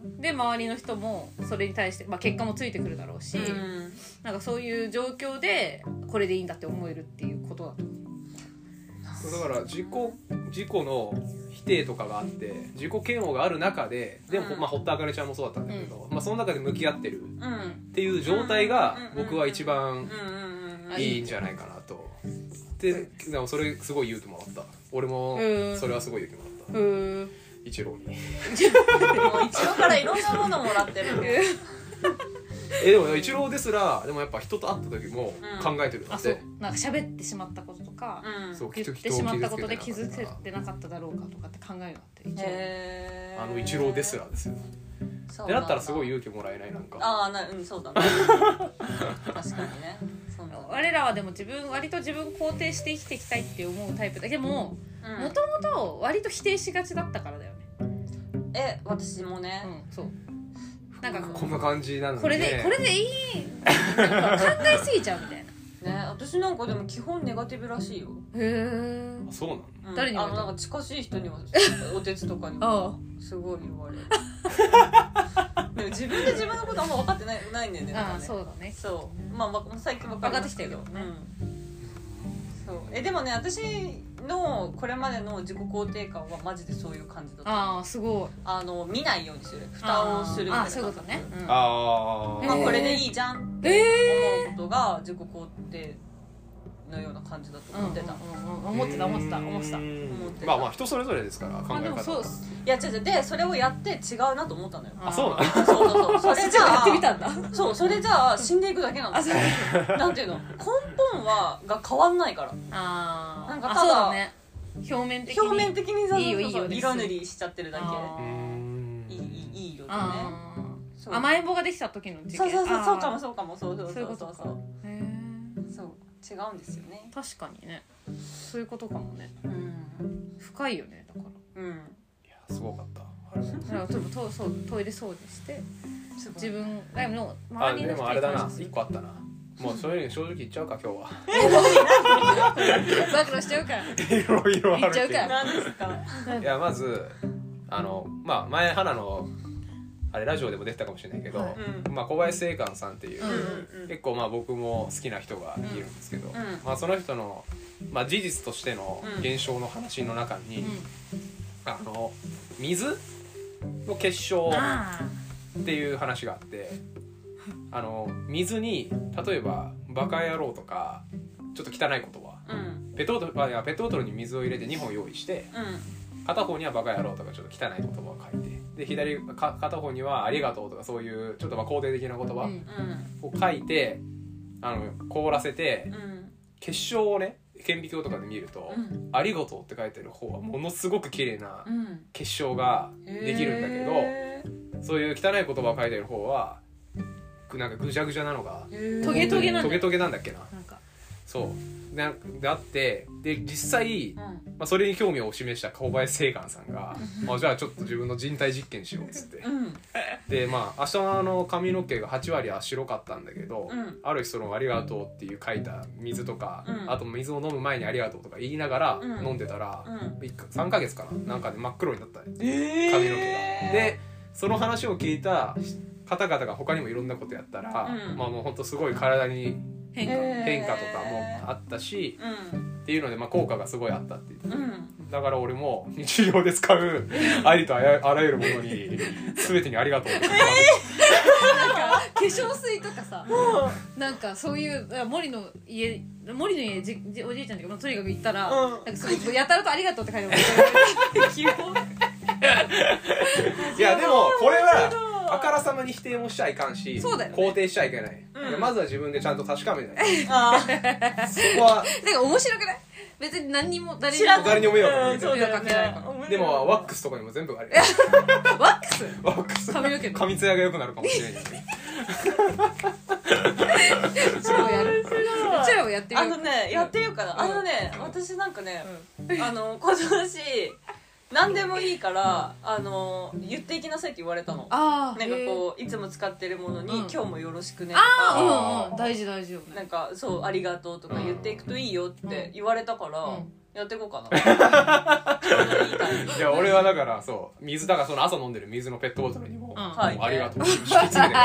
S4: うん
S3: で周りの人もそれに対して、まあ、結果もついてくるだろうし、
S4: うん
S3: なんかそういう状況でこれでいいんだって思えるっていうことだと思う
S5: そうだから自己自己の否定とかがあって自己嫌悪がある中ででも、
S4: うん
S5: まあ、堀田茜ちゃんもそうだったんだけど、まあ、その中で向き合ってるっ
S4: うん
S5: ていう状態が
S4: うん
S5: 僕は一番
S4: うんうんうん
S3: あ
S5: いいんじゃないかなと。ででもそれすごい勇気もらった俺も
S3: うん
S5: それはすごい勇気もらった
S3: うん
S5: 一郎に
S4: もう一郎からいろんなものもらってる
S5: えでも一郎ですらでもやっぱ人と会った時も考えてるんだ
S3: あ
S5: っ
S3: そう
S5: て、
S3: なんか喋ってしまったこととか、
S4: うん
S5: そう
S3: 言
S5: 人
S3: ってしまったことで
S5: 人を
S3: 傷
S5: 傷つ
S3: つ
S5: けてなか
S3: いてなか
S5: った
S3: っただろうかとかって考えるのって一応
S4: へー
S5: あの一郎ですらですよ
S4: そう
S5: で
S4: な
S5: だ
S4: ん
S5: ったらすごい勇気もらえないなんか
S4: ああなうんそうだね確かにねそうだね
S3: 我らはでも自分割と自分肯定して生きていきたいって思うタイプだけども
S4: うん
S3: もともと割と否定しがちだったからだよね
S4: え私もね
S3: うんそうなんかこ
S5: こんな感じなの
S3: う
S5: に
S3: これでこれでいいなんか考えすぎちゃうみたいな
S4: ね私なんかでも基本ネガティブらしいよ、
S3: へ
S5: あそうなの
S4: うん
S3: 誰に言わ
S4: あ
S3: れ
S4: の
S3: た
S4: なんか近しい人にはおてつとかにも
S3: あ
S4: すごい言われるでも自分で自分のことあんま分かってないないんだよね
S3: あああ
S4: ね
S3: そうだね
S4: そうまあわ最近分かりましたけど
S3: 分かってきたけどね
S4: うんそうえでもね私のこれまでの自己肯定感はマジでそういう感じだった
S3: ああすごい
S4: あの見ないようにする蓋をするみたいな
S3: ああ
S4: 感
S3: そ
S4: じ
S3: ういうことね、うん
S5: あ
S4: まあ
S3: へー
S4: これでいいじゃんって思うことが自己肯定のような感じだと思ってた、
S3: うんうんうんうん思ってた思ってた思ってた
S4: 思ってた
S5: まあまあ人それぞれですから考
S3: あ
S5: え
S3: でも
S5: 方
S3: そう
S4: いや違う違うでそれをやって違うなと思ったのよ
S5: あそうなの
S4: そうそうそう
S3: そ
S4: そ れ
S3: っ
S4: じ
S3: ち
S4: ゃ
S3: も
S4: あ
S3: やってみたんだ
S4: そうそれじゃあ死んでいくだけなんで
S3: あ
S4: す
S3: そう
S4: よなんていうの根本はが変わんないから
S3: あー
S4: なんか
S3: あ
S4: ただ
S3: そうだね表面的に
S4: 表面的にさ
S3: いいよ
S4: そうそ
S3: い
S4: うそう
S3: いよです
S4: 色塗りしちゃってるだ
S3: あ
S5: うーん
S4: けいいいいいい色でね
S3: あー
S4: そう
S3: 甘えん坊ができた時の事
S4: そう
S3: 件
S4: そうそうそうかも
S3: そ
S4: そうかもそうそ
S3: そ
S4: う
S3: う
S4: そ
S3: いうこ
S4: う
S3: と
S4: そ
S3: か
S4: うそう
S3: うへー
S4: そう違うんですよね
S3: 確かにねそういうことかもね
S4: うん
S3: 深いよねだか
S4: うん
S5: いやすごかったあれ
S3: らだから例えばとそうトイレ掃除して
S4: すごい
S3: 自分でも
S5: あ
S3: 周り
S5: で
S3: の人
S5: もあれだな
S3: 感謝す
S5: 一
S3: る
S5: 個あったなもうそういうの正直言っちゃうか今日は
S3: 暴露しちゃうから
S5: いろいろあるけど
S3: 言っちゃう
S4: 何ですか
S5: いやまずあのまあ前花のあれラジオでも出てたかもしれないけど、
S3: はい
S4: うん
S5: まあ、小林正観さんっていう、
S3: うん
S4: うん
S5: 結構まあ僕も好きな人がいるんですけど、
S4: んうん
S5: まあ、その人の、まあ、事実としての現象の話の中に、あの水の結晶
S3: うんあ
S5: っていう話があってあの水に例えば「バカ野郎」とかちょっと汚い言葉
S4: うん
S5: ペットボトルあいやペットボトルに水を入れて2本用意して片方には「バカ野郎」とかちょっと汚い言葉を書いてで左か片方には「ありがとう」とかそういうちょっとまあ肯定的な言
S3: ーう
S5: 葉
S3: ん
S4: うん
S5: を書いて、あの凍らせて
S4: うん
S5: 結晶をね顕微鏡とかで見ると「
S4: うん
S5: ありがとう」って書いてる方はものすごく綺麗な
S4: うん
S5: 結晶ができるんだけど。
S4: へー
S5: そういう汚い言葉を書いてる方はなんかぐじゃぐじゃなのが
S3: トゲトゲなんだ
S5: トゲトゲなんだっけな
S3: なんか
S5: そうなんであってで実際、
S4: う
S5: ま
S4: ん
S5: あ、それに興味を示した小林聖寛さんが「あじゃあちょっと自分の人体実験しよう」っつって
S4: うん
S5: でまあ明日の髪の毛が8割は白かったんだけど、
S4: うん
S5: ある日その「ありがとう」っていう書いた水とか、
S4: うん
S5: あと水を飲む前に「ありがとう」とか言いながら
S4: うん
S5: 飲んでたら、
S4: うん
S5: 一か3ヶ月かななんかで真っ黒になったね
S4: え
S5: 髪の毛が。でその話を聞いた方々が他にもいろんなことやったら、
S4: うん
S5: まあもうほんとすごい体に
S3: 変化、
S4: え
S5: 変化とかもあったし、
S4: うん
S5: っていうのでまあ効果がすごいあったっていう
S4: うん
S5: だから俺も日常で使うありとあやあらゆるものに全てにありがとうって言って
S3: 化粧水とかさなんかそういうあ森の家森の家じじおじいちゃんだけどとにかく行ったら、
S4: うん
S3: なんかすごいやたらと「ありがとう」って書いてある
S5: いやでもこれはあからさまに否定もしちゃいかんし
S3: そうだよね
S5: 肯定しちゃいけない、
S4: うん
S5: いやまずは自分でちゃんと 確かめない
S4: あ
S5: そこは
S3: なんか面白くない別に何にも誰に
S4: 知ら
S3: も
S4: ん
S5: 誰にも迷惑かけ
S4: うん
S5: て
S4: そうだよ
S3: 迷惑かけないか
S4: ね
S5: でもワック
S4: ス
S5: スとかにも全部あれ
S3: ワックス
S5: ワックス
S3: 髪の毛の
S5: 髪艶が良くなるかもしれないよね
S3: うちらもやるうちらもやってみ
S4: あ
S3: よう
S4: のねやってみようかなあのね私なんかねあの 今年何でもいいからあの言っていきなさいって言われたの
S3: ああ
S4: なんかこういつも使ってるものに
S3: うん
S4: 「今日もよろしくね」と
S3: あ
S4: か
S3: あうんうん大事大事よ
S4: な
S3: ね
S4: んか「そうありがとう」とか言っていくといいよって言われたから
S3: うん
S4: やっていこうかなちょうどいい感じ
S5: いや俺はだからそう水だからその朝飲んでる水のペットボトルにも,、もう
S4: はい
S5: ありがとうって敷き詰めて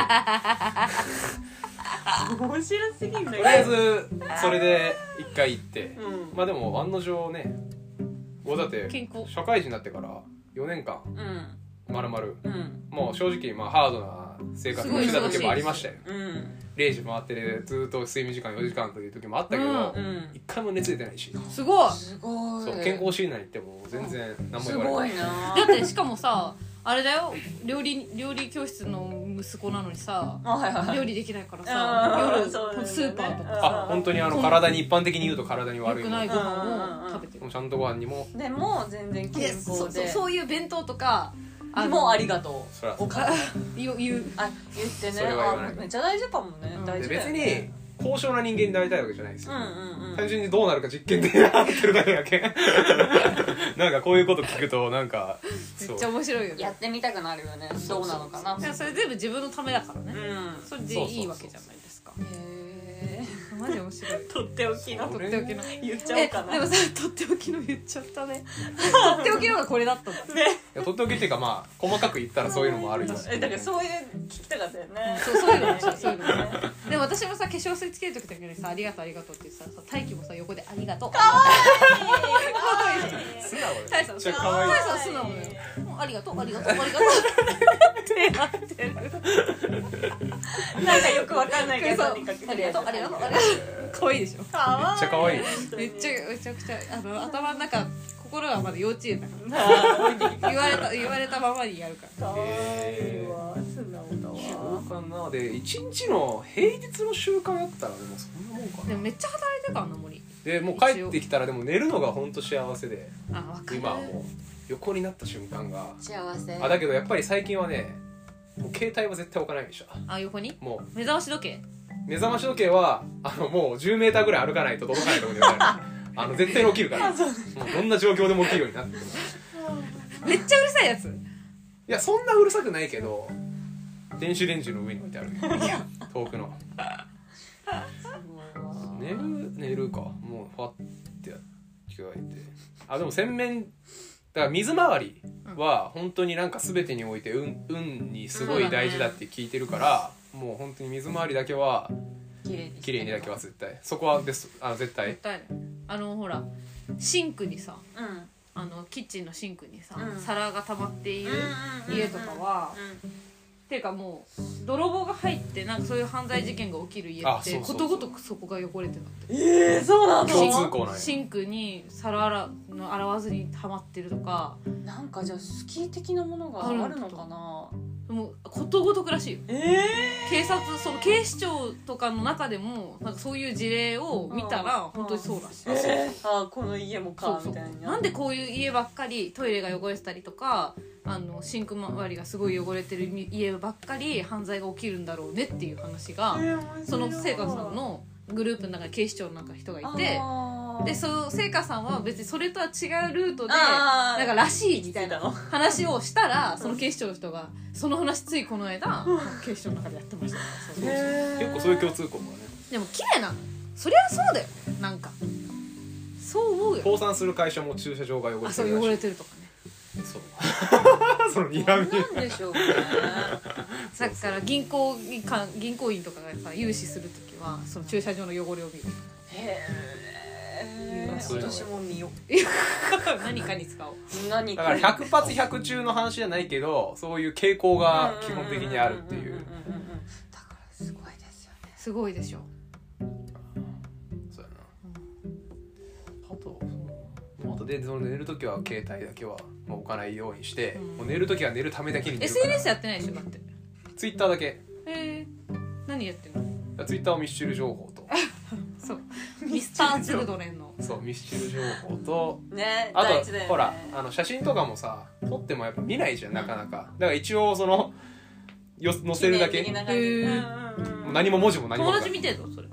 S4: 面白すぎんだ
S5: とりあえずそれで一回行って
S4: うん
S5: まあでも案の定ね俺だって
S3: 健康
S5: 社会人になってから4年間
S4: うん
S5: まるまる
S4: うん
S5: もう正直まあハードな生活をしてた時もありましたよ
S4: うん
S5: 0時回っててずっと睡眠時間4時間という時もあったけ
S3: う
S5: ど
S4: うん
S5: 一回も熱出てないし
S3: すごい
S4: すご
S5: そう健康診断行っても全然何も
S4: す
S5: 言わ
S4: ご
S5: れ
S4: い
S5: ない
S4: な
S3: だってしかもさあれだよ料理料理教室の息子なのにさ
S4: あはいはいはい
S3: 料理できないから
S4: あ
S3: さ
S4: ー
S3: 夜
S4: そうだよね
S3: スーパーとか
S5: あ本当にあの体に一般的に言うと体に
S3: 良
S5: 悪い
S3: く
S5: も
S3: ない
S5: の
S3: ご飯を食べてる
S5: ちゃんとご飯にも
S4: でも全然健
S3: そうそ
S4: 康
S3: うそう
S4: で
S3: そういう弁当とか
S4: でもうあり
S3: が
S4: がと
S5: そら
S4: うお金
S3: 言う言う
S4: あ言ってね
S5: それは言わな
S4: あ
S5: い
S4: めっちゃ大事かもね
S3: うん
S4: 大
S5: で
S4: 事だよ
S5: 別
S4: ね
S5: に高尚な人間になりたいわけじゃないです
S4: う
S5: よ
S4: んうんうん
S5: 単純にどうなるか実験でやってるだけだけ なんかこういうこと聞くとなんか
S3: め
S5: そ
S3: っ
S5: う
S3: ちゃ面白いよ
S4: や
S3: ね
S4: ってみたくなるよねどうなのかない
S3: やそれ全部自分のためだから
S4: う
S3: ね
S4: ん
S3: それでいいわけじゃないですか
S4: へ
S3: マジ面白い
S4: ーとっておきの
S5: そ
S3: と
S5: う
S3: っておきの
S4: 言っちゃお
S3: え
S4: うかな
S3: でもさとっておきの言っちゃったねとっておきのがこれだったんだ
S5: いやとっておきっていうかまあ細かく言ったらそういうのもあるよ
S4: えだからそういう聞きたかったよね
S3: そうそういうのねそういう のね
S4: ね
S3: でも私もさ化粧水つける時とかにさ「ありがとうありがとう」って言ってささ大輝もさ横で「ありがとう」
S5: 素直で
S3: 大さ
S5: め
S3: ん
S5: っち
S3: 素
S5: ゃ
S3: 直
S5: 可愛い
S3: 大さん素直だよもうありがとうありがとうありがとうってなってる
S4: なんかよくわかんないけど
S3: そう
S4: とにかく
S3: ありがとうありがとうありがとう可愛いでしょ
S4: かわいい
S5: めっちゃ可愛
S3: め
S5: い
S3: っちゃめちゃくちゃあの頭の中心はまだ幼稚園だか
S4: ゃ
S3: ら言われ た言われたままにやるから
S4: かわいいわ素直
S5: そうかなで一日の平日の習慣やったらでもそんなもんか
S3: で
S5: な
S3: もめっちゃ働いてたあの森
S5: でもう帰ってきたらでも寝るのが本当幸せで
S3: あ分かる
S5: 今はもう横になった瞬間が
S4: 幸せ
S5: あだけどやっぱり最近はねもう携帯は絶対置かないようにした
S3: あ横に
S5: もう
S3: 目覚まし時計
S5: 目覚まし時計はあのもう 10m ぐらい歩かないと届かないところでやるあの絶対に起きるからもうどんな状況でも起きるようになってるい
S3: めっちゃうるさいやつ
S5: やそんなうるさくないけど電子レンジの上に置いてある遠くの寝る寝るかもうファッてやって着替えてあでも洗面だから水回りは本当になんか全てにおいて運運にすごい大事だって聞いてるから、もう本当に水回りだけは
S4: 綺麗に
S5: 綺麗にだけは絶対そこはですあ絶対
S3: 絶対ねあのほらシンクにさ
S4: うんうん
S3: あのキッチンのシンクにさ、
S4: うん
S3: 皿が溜まっている
S4: うんうん
S3: 家とかは、っていうかもう泥棒が入ってなんかそういう犯罪事件が起きる家
S5: あ
S3: っ
S5: そう
S3: て
S5: そうそ
S3: こと
S5: う
S3: ごとくそこが汚れてる
S4: えーそうな
S5: 共通項なんや
S3: シンクに皿洗うの洗わずに溜まってるとか
S4: なんかじゃあスキー的なものがあるのかな
S3: もうことごとくらしいよ
S4: え
S3: 警察その警視庁とかの中でもなんかそういう事例を見たら
S4: うん
S3: 本当にそうらしい。
S4: ー、えー、あーこの家も
S3: そ
S4: か
S3: うそ
S4: み
S3: う
S4: たいな
S3: なんでこういう家ばっかりトイレが汚れてたりとかあのシンク周りがすごい汚れてる家ばっかり犯罪が起きるんだろうねっていう話が、その聖華さんのグループの中に警視庁の中の人がいてでそう聖華さんは別にそれとは違うルートで
S4: あ
S3: なん
S4: ー
S3: か「らしい」みたいな
S4: の
S3: 話をしたらその警視庁の人が「その話ついこの間警視庁の中でやってました」そうそう
S5: 結構そういう共通項もね
S3: でも綺麗なのそりゃそうだよなんかそう思うよ
S5: 倒産する会社も駐車場が汚
S3: あ
S5: れて
S3: そ
S5: る
S3: う
S5: ら
S3: 汚
S5: し
S3: れ
S5: い
S3: てるとかね
S5: そう その睨み
S4: なんでしょうかね
S3: だから銀行にか銀行員とかがさ融資する時はその駐車場の汚れを見る
S4: へえ私も見よう
S3: 何かに使おう
S4: 何
S5: だから100発100中の話じゃないけどそういう傾向が基本的にあるってい
S4: んん
S5: うん
S4: んんうんだからすごいですよね
S3: すごいでしょ
S5: そうやなあとあとでその寝る時は携帯だけはもう置かないようにして、
S3: うん
S5: もう寝る時は寝るためだけに寝るから
S3: SNS やってないでしょだって
S5: ツイッターだけ
S3: えー、何やってんの
S5: ツイッターをミスチル情報と
S3: そうミスター・チルドレンの
S5: そうミスチル情報と
S4: ね
S5: あ
S4: 大
S5: と、
S4: 事だよね
S5: ほらあの写真とかもさ撮ってもやっぱ見ないじゃんなかなかだから一応そのよ載せるだけ
S4: 記念的な感じ
S3: へー
S4: うんうんうん
S5: 何も文字も何も
S3: 友
S5: な
S3: 達
S5: い
S3: 見てるのそれ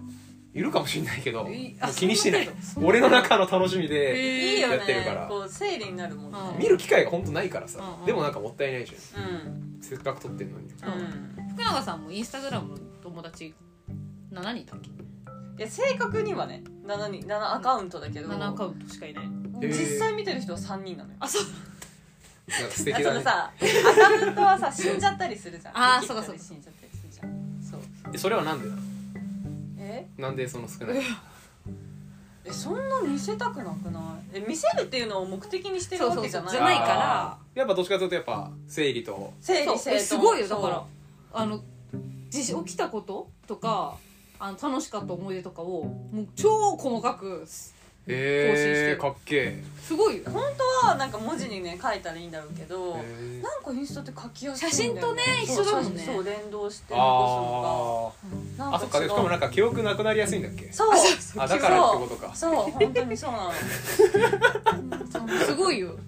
S5: いるかもしれないけどもう
S3: えあ
S5: 気にしてない
S3: そんな程
S5: 俺
S3: 度
S5: の中の楽しみで
S3: えー、
S4: いいよ
S5: やってるから
S4: ねこう整理になるもんね
S3: うん
S5: 見る機会が本当ないからさ
S3: うんうん
S5: でもなんかもったいないじゃん
S4: うん
S5: せっかく撮ってんのに
S4: うん
S3: 福永さんもインスタグラムの友達7人だっけ
S4: いや正確にはね7人7アカウントだけど
S3: 7アカウントしかいない
S5: えー
S4: 実際見てる人は3人なのよ
S3: あそう
S5: なんか素
S4: あそ
S5: 敵だ
S4: の
S5: ね
S4: さアカウントはさ死んじゃったりするじゃん
S3: あーそうかそうか
S4: 死んじゃったりするじゃんそう
S5: えそれはなんでなの
S4: え
S5: なんでその少ない
S4: えそんな見せたくなくないえ見せるっていうのを目的にしてるわけじゃない
S3: そうそうそうじゃないから
S5: あーやっぱどっちかというとやっぱ整理と
S4: 整
S3: そう
S4: 理整頓
S3: えすごいよだ
S4: そう
S3: からあの地震起きたこととかあの楽しかった思い出とかをもう超細かくす
S5: えー、
S3: 更
S5: かっけ
S3: すごいよ
S4: 本当はなんか文字にね書いたらいいんだろうけど、
S5: えー
S4: なんかインスタって書きやすい
S3: 写真とね
S4: そ
S3: 一
S4: う
S3: 緒だもんね
S4: そう連動して残
S5: あー
S4: すのか
S5: あそっかでしかもなんか記憶なくなりやすいんだっけ
S4: そう
S5: あだからってことか
S4: そうそう本当にそうなの
S3: すごいよでも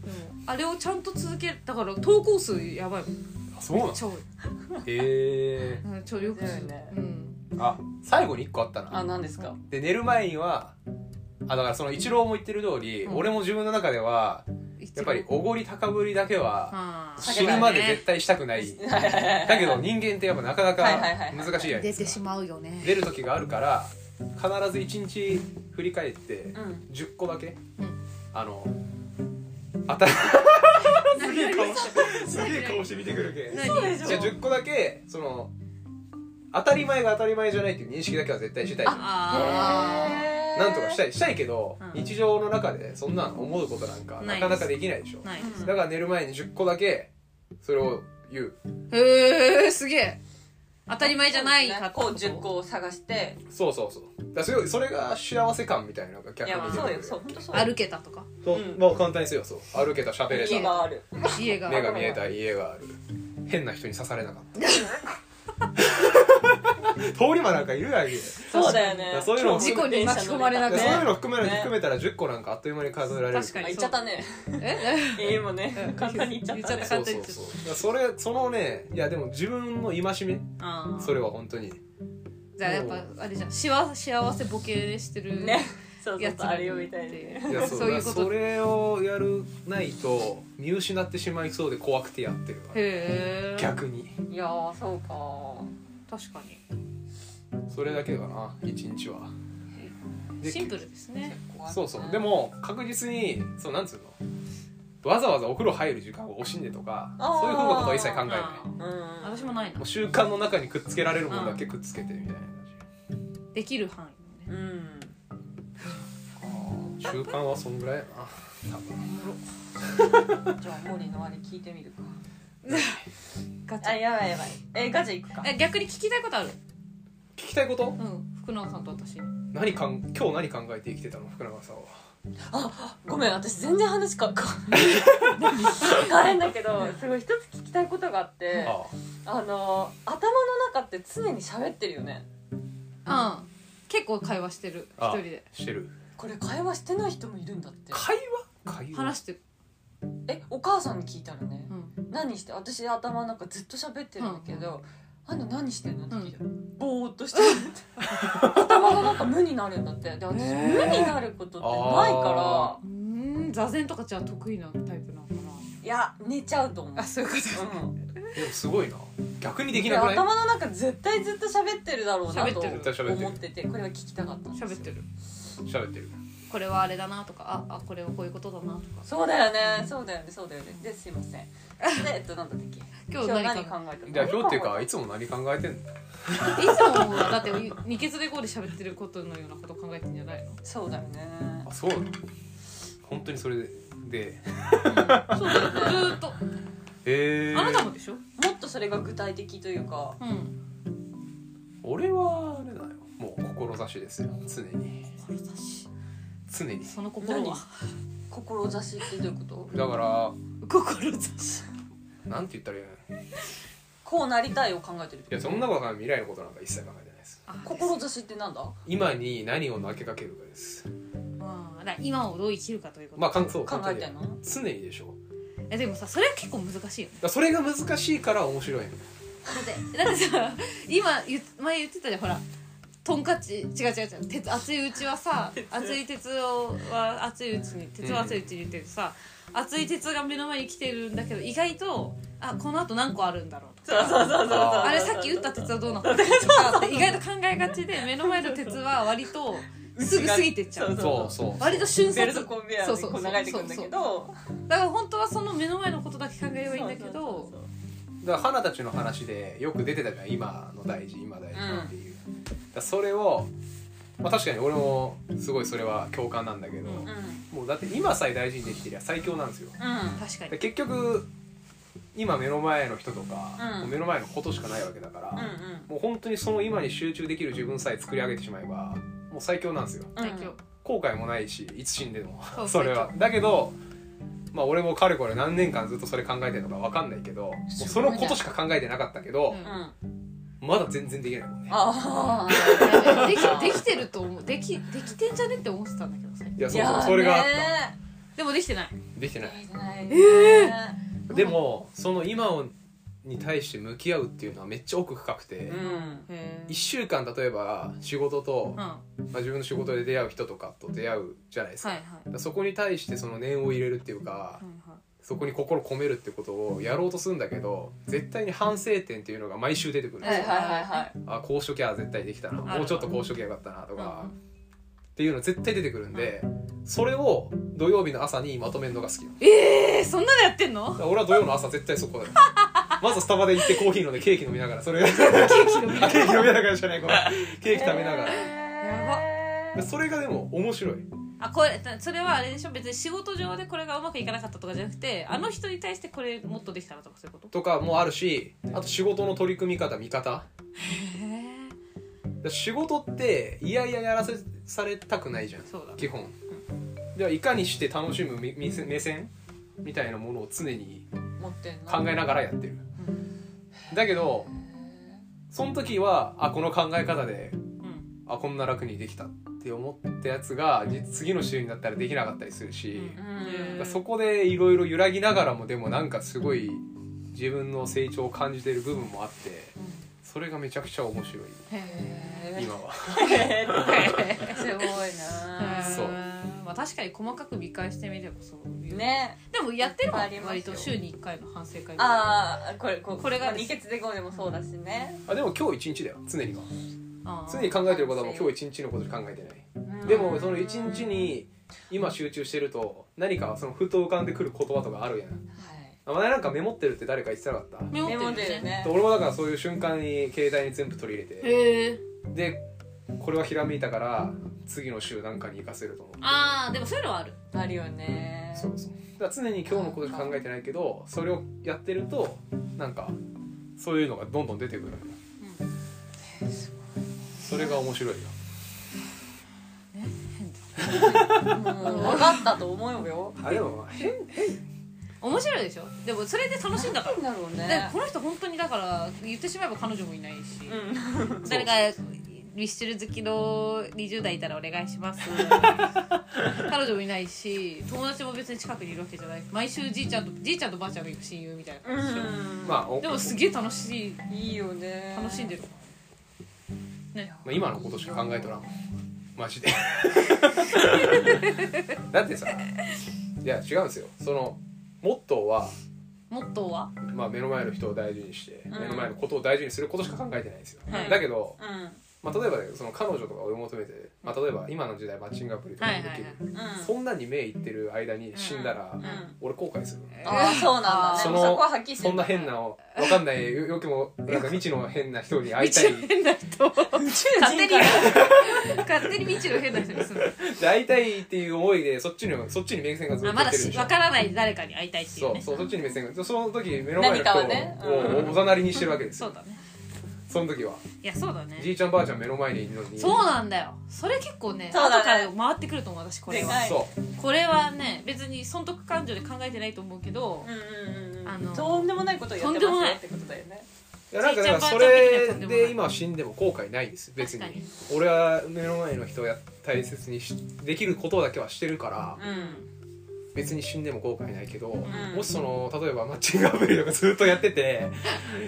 S3: あれをちゃんと続けだから投稿数やばいもん
S5: あそうなの
S3: 超
S5: へえ
S3: うん超よくする
S4: だよね
S3: うん
S5: ー、あ最後に1個あった
S4: あ
S5: な
S4: 何ですか
S5: で寝る前にはあだからその一郎も言ってる通り、
S3: うん
S5: 俺も自分の中ではやっぱりおごり高ぶりだけは
S3: あー
S5: 死ぬまで絶対したくない、だけど人間ってやっぱなかなか
S4: はいはいはいはい
S5: 難しいじゃないで
S3: 出
S5: す
S3: て
S5: か
S3: しまうよね
S5: 出る時があるから必ず一日振り返って
S4: うん
S5: 10個だけ、
S3: うん
S5: あのあたすげえ顔してすげえ顔して見てくるけ
S3: 何
S4: でしょ
S5: じゃあ10個だけその当たり前が当たり前じゃないっていう認識だけは絶対したい
S3: あ
S5: なんとかしたいしたいけど、
S3: うん
S5: 日常の中でそんなの思うことなんか
S3: な
S5: ないかなかできないでしょ
S3: ーない
S4: うん
S5: だから寝る前に10個だけそれを言う
S3: へえすげえ当たり前じゃないか
S4: こう10個を探して
S5: そうそうそうだからそれそれが幸せ感みたいなのが
S4: い
S5: 逆に
S4: や
S5: 出てく
S4: そう
S5: る
S4: よそう本当そう
S3: 歩けたとか
S5: そ
S4: う
S5: う
S4: ん
S5: まあ簡単にすよそう歩けた喋れ
S4: 家
S5: た
S4: がある
S3: 家が
S5: 目が見えた家がある変な人に刺されなかった 通り魔なんかいるやんけ
S4: そうだよね
S5: そういうの
S3: 事故に巻き込まれなく
S5: で
S3: ね
S5: そういうの含め,、
S4: ね
S5: 含めたら10個なんかあっという間に数えられる
S3: 確か
S4: あ
S3: に
S4: 言っちゃったね
S3: え
S4: 家もね簡単に言っちゃ
S3: 言
S4: った
S3: っ
S4: ね
S3: ちゃ
S5: そうそうそうだからそれそのねいやでも自分の戒め
S3: あー
S5: それは本 当に
S3: じゃあやっぱあれじゃんしわ幸せボケしてる
S4: ねそうそ
S3: や
S4: う
S3: つ
S4: そうあれよみたい
S3: に
S4: に
S5: いや
S3: そ
S5: そう
S3: いうこ
S5: うだからそ
S3: とへ
S5: れをやるないと見失ってしまいそうで怖くてやってるから
S3: え
S5: 逆に
S4: いやーそうか
S3: 確かに
S5: それだけかな一日はで
S3: シンプルですね
S5: そうそうでも確実にそうなんつうのわざわざお風呂入る時間を惜しんでとか
S4: あー
S5: そういうふうなことは一切考えない
S3: あ
S4: うん
S3: ー私もないな
S5: もう習慣の中にくっつけられるものだけくっつけてみたいな
S3: できる範囲のね
S4: うん
S5: 習慣はそんぐらいやな多分
S4: じゃあモーリーのあれ聞いてみるか
S3: ガチ
S4: あ
S3: ャ
S4: やばいやばいえガチャ行くか
S3: え逆に聞きたいことある
S5: 聞きたいこと
S3: うん福永さんと私に
S5: 何かん今日何考えて生きてたの福永さんは
S4: ごめん私全然 話かか変えんだけどすごい一つ聞きたいことがあって
S5: あ
S4: あの頭の中って常に喋ってるよね
S3: うん結構会話してる一
S5: あ
S3: 人で
S5: してる
S4: これ会話してない人もいるんだって
S5: 会話会話
S3: 話してる
S4: えお母さんに聞いたらね
S3: うん、
S4: 何して私頭の中ずっと喋ってるんだけど、あんた何してんのって聞いたら、ぼーっとしてるって 頭がなんか無になるんだってで私、
S5: へー
S4: 無になることってないか
S5: あ
S3: うん座禅とかじゃあ得意なタイプなのか
S4: らいや寝ちゃうと思う
S3: なあそういうこと
S4: うん
S5: でもすごいな逆にでき
S4: で
S5: なくない
S4: 頭の中絶対ずっと喋ってるだろうな
S3: 喋
S4: と
S3: ってる
S5: 絶対喋ってる
S4: 思っててこれは聞きたかったんです
S3: 喋
S4: よ
S3: ってる
S5: 喋ってる
S3: これはあれだなとかああこれはこういうことだなとか
S4: そうだよねそうだよねそうだよねですいませんでえっとなんだったっけ
S3: 今
S4: 今
S3: 日何
S4: 日何
S3: か
S4: 考えた
S5: じゃあ今日っていうか
S4: 何考え
S5: いつも何考えてんの
S3: いつもだって二ケツでこうで喋ってることのようなこと考えてんじゃないの
S4: たそうだよね
S5: あそうなの本当にそれでで
S3: そうだよずーっと
S5: えー、
S3: あなたもでしょ
S4: もっとそれが具体的というか
S3: うん
S5: 俺はあれだよもう志ですよ常に
S4: 志
S5: 常に
S3: その心は
S4: 志ってどういうこと
S5: だから
S3: 志
S5: なんて言ったらいいの
S4: こうなりたいを考えてる
S5: いやそんなことは未来のことなんか一切考えてないです
S3: あ
S4: 志ってなんだ
S5: 今に何を投げかけるかです
S3: まあだから今をどう生きるかということ
S5: まあかんそう
S4: 考
S5: 簡単
S4: え
S5: に
S4: てんの
S5: 常にでしょだか
S3: えでもさそれは結構難しいよね
S5: らそれが難しいから面白いの
S3: だってさ今言っ前言ってたじゃんほらとんかつ違う違う違う鉄熱いうちはさ熱い鉄をは熱いうちに鉄は熱いうちに言ってるさ、熱い鉄が目の前に来てるんだけど意外とあこのあと何個あるんだろうとか
S5: あ
S3: あれさっき打った鉄はどうなったのとかって意外と考えがちで目の前の鉄は割とすぐ過ぎてっちゃう
S5: そうそう
S3: 割と瞬
S4: ベル
S3: 殺
S4: トコンベヤーでこう流れてくんだけど
S3: だから本当はその目の前のことだけ考えればいいんだけ
S4: そうそう
S3: ど
S4: そう
S5: だから花たちの話でよく出てたじゃん今の大事今大事っていう、だからそれを、まあ、確かに俺もすごいそれは共感なんだけど、
S3: うん
S4: そう
S5: もうだって今さえ大事にできてりゃ最強なんですよ
S4: うんうん
S3: 確かに
S5: で結局今目の前の人とか、
S4: うん
S5: もう目の前のことしかないわけだから、
S4: うん
S5: もう本当にその今に集中できる自分さえ作り上げてしまえばもう最強なんですよ
S4: うん
S3: 最強
S5: 後悔もないしいつ死んでも
S3: そう
S5: それはだけどまあ俺もかれこれ何年間ずっとそれ考えてるのか分かんないけどもうそのことしか考えてなかったけど、
S3: うん
S4: うんあ
S5: まだ全然できないもんね
S4: あ
S3: でき できてると思うできできてんじゃねって思ってたんだけどさ
S5: いや
S4: ー
S5: そうそうそれがあっ
S4: いや
S5: た
S4: ね
S3: でもできてない
S5: できてない
S4: え
S5: でもその今をに対して向き合うっていうのはめっちゃ奥深くて、
S4: うん
S3: へ
S5: 一1週間例えば仕事と、
S3: うん
S5: ま
S3: は
S5: あ、自分の仕事で出会う人とかと出会うじゃないで
S3: い
S5: すか,、
S3: はい
S5: そこに対してその念を入れるっていうか、そこに心込めるってことをやろうとするんだけど絶対に反省点っていうのが毎週出てくるんです
S4: はい
S5: よ、
S4: はいはいはい
S5: あこうしときゃ絶対できたな
S3: ある
S5: もうちょっとこうしときゃよかったなと
S3: うん
S5: か、っていうの絶対出てくるんで、それを土曜日の朝にまとめるのが好きなの
S3: えー、そんなのやってんの
S5: だから俺は土曜の朝絶対そこだよ まずスタバで行ってコーヒー飲んでケーキ飲みながらそれケーキ飲みながら ケーキ飲みながらじゃないごめんケーキ食べながら、
S4: や
S5: でそれがでも面白い
S3: あこれそれはあれでしょ別に仕事上でこれがうまくいかなかったとかじゃなくてあの人に対してこれもっとできたらとかそういうこと
S5: とかもあるしあと仕事の取り組み方見方
S3: へえ
S5: で仕事っていやいややらせされたくないじゃん
S3: そうだ
S5: 基本ではいかにして楽しむみみせ目線みたいなものを常に
S4: 持ってんな
S5: 考えながらやってるだけどその時はあこの考え方で
S3: うん
S5: あこんな楽にできたって思ったやつがじ次の週になったらできなかったりするし、
S3: うん
S4: うん
S5: だからそこでいろいろ揺らぎながらもでもなんかすごい自分の成長を感じてる部分もあってそれがめちゃくちゃ面白い
S3: へ
S5: 今は
S4: すごい
S3: え
S4: な
S5: そう
S3: まあ確かに細かく見返してみればそういう
S4: ね
S3: でもやってるの
S4: いっぱいありますよ
S3: 割と週に1回の反省会ぐらい
S4: ああこれこ
S3: これが
S4: まあ二血でゴでもそうだしね
S5: あでも今日一日だよ常には
S3: あー
S5: 常に考えてることはもう今日一日のことしか考えてないでもその一日に今集中してると何かそのふと浮かんでくる言葉とかあるやん
S4: は
S5: あ前なんかメモってるって誰か言ってなかった
S3: メモ
S4: いメモ
S3: って
S4: で
S3: るね
S4: ね
S5: 俺もだからそういう瞬間に携帯に全部取り入れて
S3: へえ
S5: でこれはひらめいたから次の週なんかに生かせると思って
S3: ああでもそういうのはある
S4: あるよね
S5: そうそうだから常に今日のことしか考えてないけどそれをやってるとなんかそういうのがどんどん出てくるのよそれが面白いよ
S4: もう分かったと思うよ
S5: あでも変
S3: 面白いでしょでもそれで楽しいんだから
S4: なんだろう
S3: で
S4: ね
S3: この人本当にだから言ってしまえば彼女もいないし、
S4: うん
S3: 誰かミッシュル好きの20代いたらお願いします彼女もいないし友達も別に近くにいるわけじゃない毎週じいちゃんとじいちゃんとばあちゃんがいる親友みたいな感じでしょ
S5: まあお
S3: でもすげえ楽しい
S4: あいいよね
S3: 楽しんでるね
S5: まあ今のことしか考えとらん マジでだってさいや違うんですよそのモットーは、
S3: モットーは
S5: まあ、目の前の人を大事にして、
S4: ん
S5: 目の前のことを大事にすることしか考えてないんですよ、
S3: はい
S5: だけど、
S4: う
S5: まあ、例えば、ね、その彼女とか追い求めて、まあ、例えば今の時代マッチングアプリとかもできる、
S3: はいはい
S4: んうん
S5: そんなに目いってる間に死んだら、
S4: ん
S5: 俺後悔する
S4: ああそうなんだ
S5: そ
S4: そ
S5: の
S4: そこははっきりして
S5: そんな変なわかんないよよくもなんか未知の変な人に会 いたい
S3: 変な人
S4: 宇宙
S3: 勝手
S4: 人
S3: に
S4: から
S3: 勝手に未知の変な人にする
S5: で会いたいっていう思いでそっちにそっちに目線がずっ
S3: あ
S5: と
S3: ま
S5: いっ
S3: だ
S5: てるで
S3: し
S5: しょ
S3: わからない誰かに会いたいってい
S5: そうう
S3: ね
S5: そうそっちに目線がその時目の前の人
S4: 何
S5: を,、
S4: かをね
S5: をおざなりにしてるわけです
S3: そ
S5: よ
S3: うだね
S5: その時はい
S3: やそうだね
S5: じいちゃんばあちゃん目の前にいるのに
S3: そうなんだよそれ結構ね
S4: そうだ
S3: 後
S4: ね
S3: から回ってくると思う私これ
S4: でか
S3: はい
S5: そう
S3: これはね別に損得感情で考えてないと思うけど、
S4: うんうんうんうん
S3: あの
S4: とんでもないことをやっ
S3: とん
S4: てます
S3: でもない
S4: よってことだよね
S5: いやなんかだからそれで今死んでも後悔ないです別に
S3: 確かに
S5: 俺は目の前の人をや大切にしできることだけはしてるから、
S4: うん
S5: 別に死んでも後悔ないけど、
S4: ん
S5: もしその例えばマッチングアプリとかずっとやってて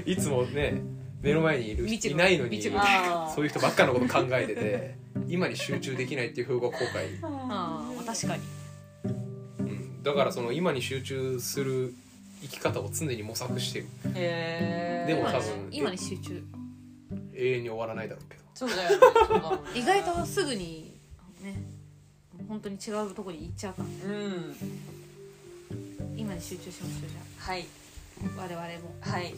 S5: いつもね目の前にいる
S3: 未知
S5: 人
S3: の
S5: いないのに
S3: 未知の
S4: あ
S5: そういう人ばっかのこと考えてて今に集中できないっていう風が後悔、
S3: ああ確かに
S5: うん、だからその今に集中する生き方を常に模索してる
S4: あへえ
S5: でも
S3: 今
S5: 多
S3: に
S5: 分
S3: 今に集中
S5: 永遠に終わらないだろうけど
S4: そうだよねそうだもんね
S3: 意外とすぐにね本当に違うとこに行っちゃうから
S4: うん
S3: 今に集中しましょうじゃ
S4: はい
S3: あ我々も
S4: はい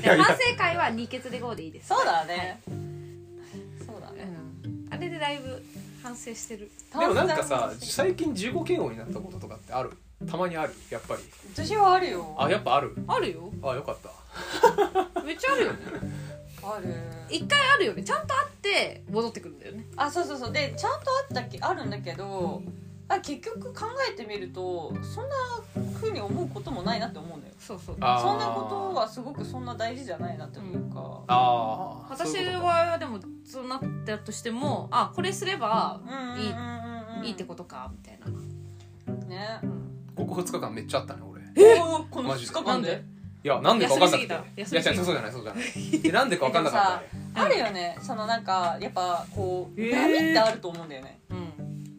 S3: で反省会は二欠で5でいいです
S4: そうだねそうだね
S3: うんあれでだいぶ反省してる
S5: でもなんかさ最近自己嫌悪になったこととかってあるたまにあるやっぱり
S4: 私はあるよ
S5: あやっぱある
S3: あるよ
S5: あよかった
S3: めっちゃあるよね
S4: ある
S3: 一回あるよねちゃんと会って戻ってくるんだよね
S4: あそうそうそうでちゃんとあったけあるんだけどあ結局考えてみるとそんなふうに思うこともないなって思うんだよ
S3: そうそう
S5: あー
S4: そんなことはすごくそんな大事じゃないなっていうか
S5: あー
S3: 私
S5: そういうことか
S3: はでもそうなったとしてもあこれすればいいいいって
S4: こ
S3: ことかみたいな、
S4: とね
S5: ここ2日間めっちゃあったね俺
S4: おーこの
S5: マジ
S4: 2
S5: で
S4: 日間で
S5: いや、なんでか分かんなくて。いや、違
S3: 休
S5: う、そう
S3: みすぎた休みすぎた
S5: じゃない、そうじゃない。でなんでか分かんなかったね。
S4: あるよねそのなんかやっぱこう
S3: えー
S4: 波ってあると思うんだよね
S3: うん、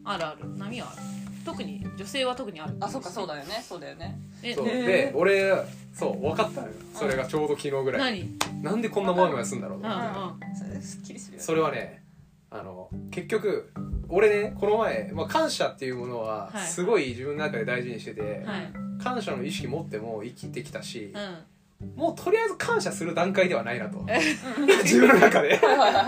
S3: あるある波はある特に女性は特にある
S4: あそっかそうだよねそうだよね
S3: え
S5: そう、
S4: えー
S5: で、俺、そう、分かったのよ。それがちょうど昨日ぐらい。
S3: 何
S5: なんでこんなもやもやすんだろう
S3: う
S5: と
S3: んう
S5: 思って。
S3: ん
S4: すっきりするよね
S5: それはね、あの、結局、俺ね、この前、まあ、感謝っていうものは、
S3: はい
S5: すごい自分の中で大事にしてて、
S3: はい
S5: 感謝の意識持っても生きてきたし、
S3: うん
S5: もうとりあえず感謝する段階ではないなと。 自分の中 で。
S4: はいはいはい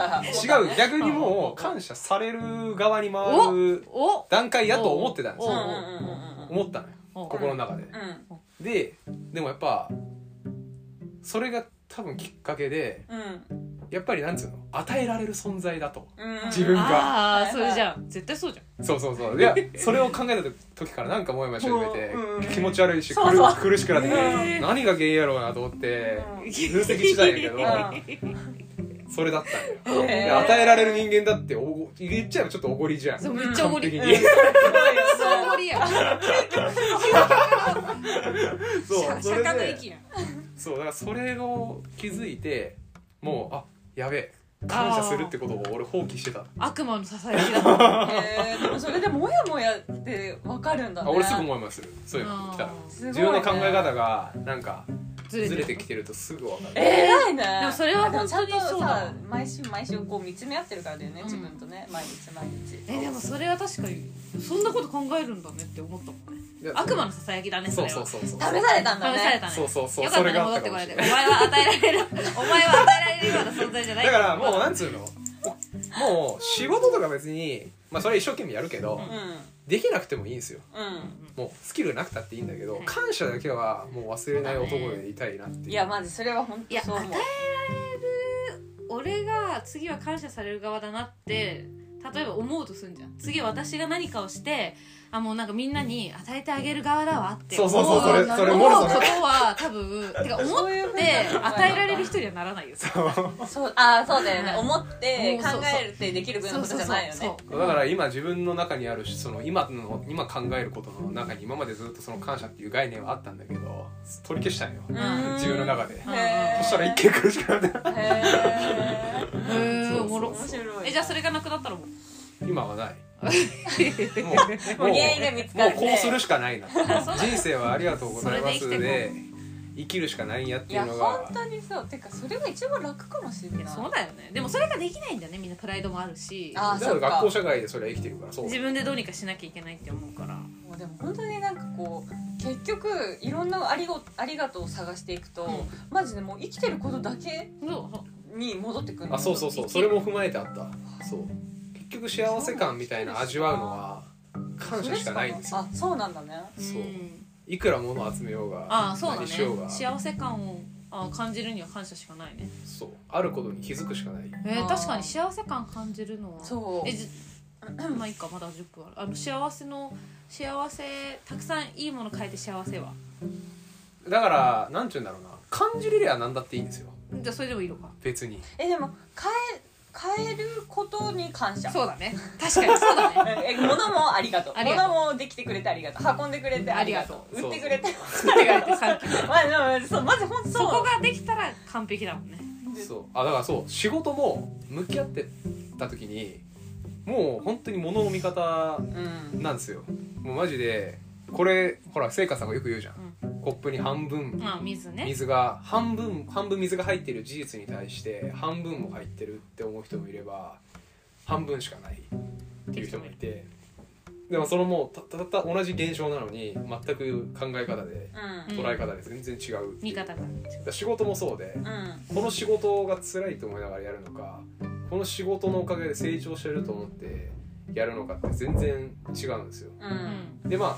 S4: はい
S5: 違う、逆にもう、感謝される側に回る
S3: お
S5: 段階やと思ってたんです
S4: う
S5: よ
S4: んうんうんうん
S5: 思ったのよ。
S3: お
S5: 心の中で。
S4: うん
S5: ででもやっぱそれが多分きっかけで
S4: うん
S5: やっぱりなんつうの与えられる存在だと
S4: うん
S5: 自分が
S3: ああそれじゃん絶対そうじ
S5: そうそうそ ういやそれを考えた時からなんかモヤモヤし始めて、
S4: うん
S5: 気持ち悪いし
S4: そうそう
S5: 苦苦しくなって、
S3: うん
S5: 何が原因やろうなと思って
S4: うん
S5: 分析したんや けど、
S4: う
S5: それだったんよ、
S4: へー
S5: で与えられる人間だっておご言っちゃえばちょっとおごりじゃん
S3: ゃん
S5: 完
S3: めっちゃおごり
S5: 璧
S3: め
S5: に
S3: っちゃおごりやん
S5: そうそ
S3: 釈
S5: れ
S3: 迦の
S5: で
S3: 域やん
S5: そうだからそれを気づいてもうあやべえ感謝するってことを俺放棄してた
S3: 悪魔のささや きだもん
S4: えーでもそれでもやもやってわかるんだね
S5: あ俺すぐモヤモヤするそういうの来たら
S3: あー
S4: すごいね
S5: 自分の考え方がなんか
S3: ず
S5: ずれ
S3: れ
S5: て
S3: て
S5: き
S3: き
S5: てるとすぐ分かる、
S4: えらいね
S3: でもそれは
S4: でも
S3: 本
S4: ちゃ
S3: 当
S4: ん
S3: に
S4: と
S3: そうだ
S4: さ毎週毎週こう見つめ合ってるからだよね
S3: うん
S4: 自分とね毎日毎日
S3: えでもそれは確かにそんなこと考えるんだねって思ったもんね
S5: いや
S3: 悪魔のささやきだねそ
S5: そ
S3: れ
S5: う
S3: は
S5: そうそうそう
S4: 試されたんだ
S3: 試され
S4: ね
S3: たね
S5: そうそうそう
S3: よか
S5: そ
S3: った
S5: れ
S3: ね
S5: があっ
S3: 戻ったて
S5: か
S3: こ
S5: も
S3: られお
S5: してれない
S3: 前は与えられる お前は与えられるような存在じゃない
S5: だからもうなんつうのもう仕事とか別にまあそれは一生懸命やるけど、できなくてもいいんですよ
S4: うん
S5: もうスキルなくたっていいんだけど、
S3: はい
S5: 感謝だけはもう忘れない男でいたいなって
S4: う
S5: い
S4: ん
S5: う
S4: いやマジそれは本
S3: い
S4: 当
S3: や
S4: そう
S3: 与えら
S4: 思う
S3: れる俺が次は感謝される側だなって例えば思うとすんじゃん次私が何かをしてあもうなんかみんなに与えてあげる側だわって
S5: そうそうそう
S3: 思
S5: それそれ
S3: 思
S5: モ
S3: う
S5: ル
S3: こ
S5: ソン
S3: とは多分てか思っ
S4: そういうふうに
S3: て与えられる人にはならないよ
S4: そうああそうだよね、
S3: うん
S4: 思って
S3: うん
S4: 考
S3: そうそう
S4: えてできる分の
S3: そう
S4: こと
S3: そう
S4: じ
S3: そ
S4: ゃ
S3: う
S4: ないよ
S3: そ
S4: ね
S3: う
S5: だから今自分の中にあるしその今の今考えることの中に今までずっとその感謝っていう概念はあったんだけど取り消したんよ
S3: う
S4: うん
S5: 自分の中で
S3: ん
S4: へー
S5: そしたら一件苦しくなって
S4: へ
S3: う
S4: ー
S3: ーんおもろ
S4: 面白い
S3: えじゃあそれがなくなったらもう
S5: 今はないもう も
S4: もう原因が見つか
S5: もう
S4: る
S5: こうするし かないな人生はありがとうございます
S3: それ
S5: で
S3: で
S5: 生きるしかないんやっ
S4: い
S5: てい
S4: や
S5: うのが
S4: 本当にそうてかそれが一番楽かもしれない
S3: いや そうだよねでもそれができないんだよねみんなプライドもあるし
S4: あー
S5: だか
S4: そ
S5: ら
S4: っか
S5: 学校社会でそれは生きてるからそう
S3: 自分でどうにかしなきゃいけないって思うから
S4: もうでも本当になんかこう結局いろんなありごありがとうを探していくと、マジでもう生きてることだけ
S3: そうそ
S4: に戻ってくるの
S5: あそうそうそうそれも踏まえてあったそう結局幸せ感みたいな味わうのは感謝しかないんですよ
S4: あそうなんだね
S3: う
S5: そうんいくら物を集めようが
S3: ああそうだ
S5: 何しよう
S3: ね
S5: が
S3: 幸せ感をあ感じるには感謝しかないね
S5: そうあることに気づくしかない
S3: えー
S4: あー
S3: 確かに幸せ感感じるのは
S4: そう
S3: えじ まあいいかまだ10分あるあの幸せの幸せたくさんいいもの変えて幸せは
S5: だからなんて言うんだろうな感じれりゃ何だっていいんですよ
S3: じゃあそれでもいいのか
S5: 別に
S4: えでも変え変えることに感謝
S3: そうだね確かにそう だね
S4: え物もありがとう
S3: ありがとう
S4: 物もできてくれてありがとう運んでくれてありがと
S5: あり
S4: う
S5: がとう
S4: 売ってくれて
S3: ありがとうサンキ ュー
S4: まあでもそうマジ本当
S3: そこができたら完璧だもんね
S5: そうあだからそう仕事も向き合ってた時にもう本当に物の見方
S4: うん
S5: なんですよもうマジでこれほら聖華さんがよく言うじゃん、コップに半分
S3: まあ水ね
S5: 水が半分半分水が入ってる事実に対して半分も入ってるって思う人もいれば半分しかないっていう人もいてでもそのもうたたた同じ現象なのに全く考え方で
S4: うん
S5: 捉え方で全然違うってい
S3: 見
S5: うだか
S3: 方が違う
S5: ら仕事もそうで
S4: うん
S5: この仕事が辛いと思いながらやるのかこの仕事のおかげで成長してると思ってやるのかって全然違うんですよ
S4: う
S3: うんん
S5: でまあ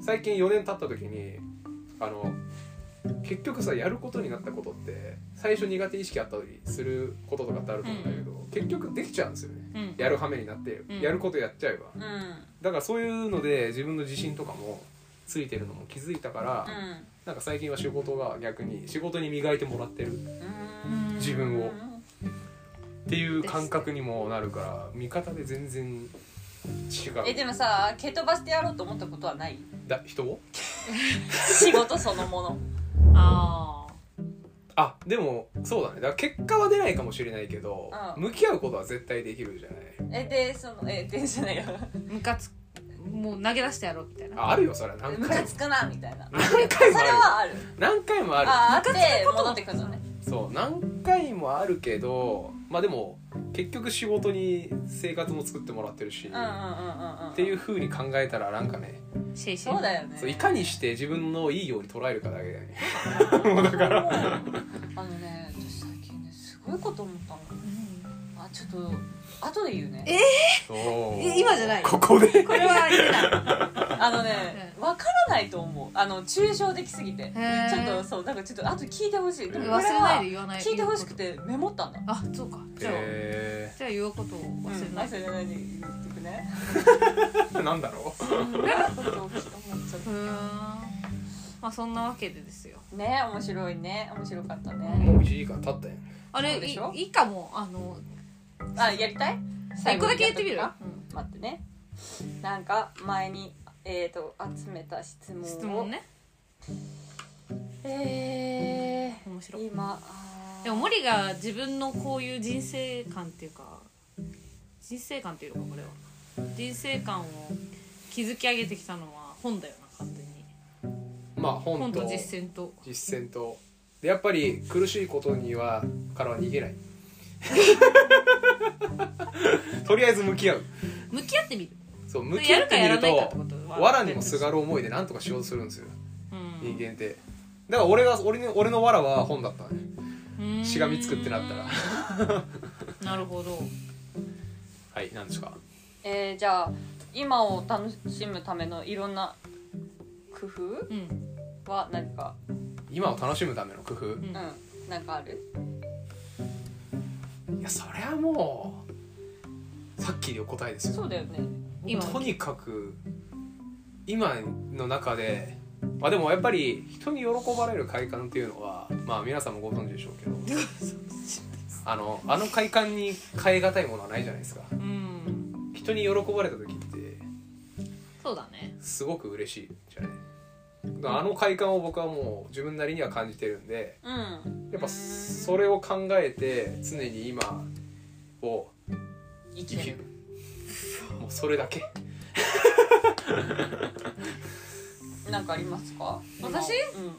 S5: 最近4年経った時にあの結局さやることになったことって最初苦手意識あったりすることとかってあると思うんだけど、結局できちゃうんですよね
S3: うん
S5: やる羽目になって、
S3: うん
S5: やることやっちゃえば
S4: うん
S5: だからそういうので自分の自信とかもついてるのも気づいたから、
S4: うん
S5: なんか最近は仕事が逆に仕事に磨いてもらってるっ
S4: うん
S5: 自分をていう感覚にもなるから見方で全然違う
S4: えでもさ蹴飛ばしてやろうと思ったことはない
S5: だ人を
S4: 仕事そのもの
S3: ああ
S5: あでもそうだねだから結果は出ないかもしれないけど、
S4: うん
S5: 向き合うことは絶対できるじゃな
S4: え
S5: い
S4: でそのえでじゃない よ
S3: ムカつもう投げ出してやろうみたいな
S5: ああるよそれは何
S4: ム
S5: 回
S4: カ
S5: も
S4: つくなみたいな
S5: 何
S4: それ
S5: 回もある
S4: はある
S5: 何回もある
S4: ああって戻ってくるのね
S5: そう何回もあるけどまあでも結局仕事に生活も作ってもらってるし、
S4: うんうんうんうんうん
S5: っていうふうに考えたらなんかね、
S3: シェイシェイ
S4: そうだよね
S5: そういかにして自分のいいように捉えるかだけだよね
S4: あのね私最近ねすごいこと思ったのあちょっと後で言うね
S3: え今じゃない
S5: ここで
S3: これは言えない
S4: あのねわからないと思うあの抽象的すぎて
S3: へー
S4: ちょっとそうなんかちょっと後聞いてほしいでも
S3: 忘
S4: こ
S3: れ
S4: れは
S3: ないで言わない
S4: 聞いてほしくてメモったんだ
S3: あそうかじゃあ、
S5: え
S3: じゃあ言うことを忘れない、
S4: 忘れないで言ってくね
S5: ー、なんだろ
S4: そ
S5: う
S4: んなこと思っちゃっ
S3: ふーんまあそんなわけでですよ
S4: たね面白いね面白かったね
S5: もう1時間経ったやん
S3: あれ
S4: そうで
S3: い
S4: しょ
S3: いいかもあの
S4: あやりたい
S3: 一個だけ言ってみる、
S4: 最後にやっとくか待ってねなんか前にえー、と集めた質問
S3: う
S4: を
S3: ん質問ね
S4: え
S3: 面
S4: ー
S3: 白い
S4: 今あー
S3: でも森が自分のこういう人生観っていうか人生観っていうのかこれは人生観を築き上げてきたのは本だよな完全に
S5: まあ本
S3: 本
S5: と
S3: と実践と
S5: 実践とでやっぱり苦しいことにはからは 逃げないとりあえず向き合う
S3: 向き合ってみる
S5: そう向き合ってみる
S3: やるかやらないかって
S5: と
S3: ことは
S5: わらにもすがる思いで何とかしようとするんですよ
S3: うん
S5: 人間ってだから俺が俺に俺のわらは本だったね
S3: うーん
S5: しがみつくってなったら
S3: なるほど
S5: はい何ですか
S4: えーじゃあ今を楽しむためのいろんな工夫
S3: うん
S4: は何か
S5: 今を楽しむための工夫、
S3: ん
S5: い
S4: うんなんかある
S5: やそれはもうさっきの答えですよ
S4: そうだよね
S3: 今
S5: とにかく今の中でまあでもやっぱり人に喜ばれる快感っていうのはまあ皆さんもご存知でしょうけど あのあの快感に変え難いものはないじゃないですか
S3: うん
S5: 人に喜ばれた時って
S3: そうだね
S5: すごく嬉しいじゃないあの快感を僕はもう自分なりには感じてるんで
S4: うん
S5: やっぱそれを考えて常に今を
S4: 生
S5: 生
S4: き
S5: き
S4: て
S5: る
S4: る
S5: もうそれだけ
S4: なんかありますか
S3: 私
S4: 今うん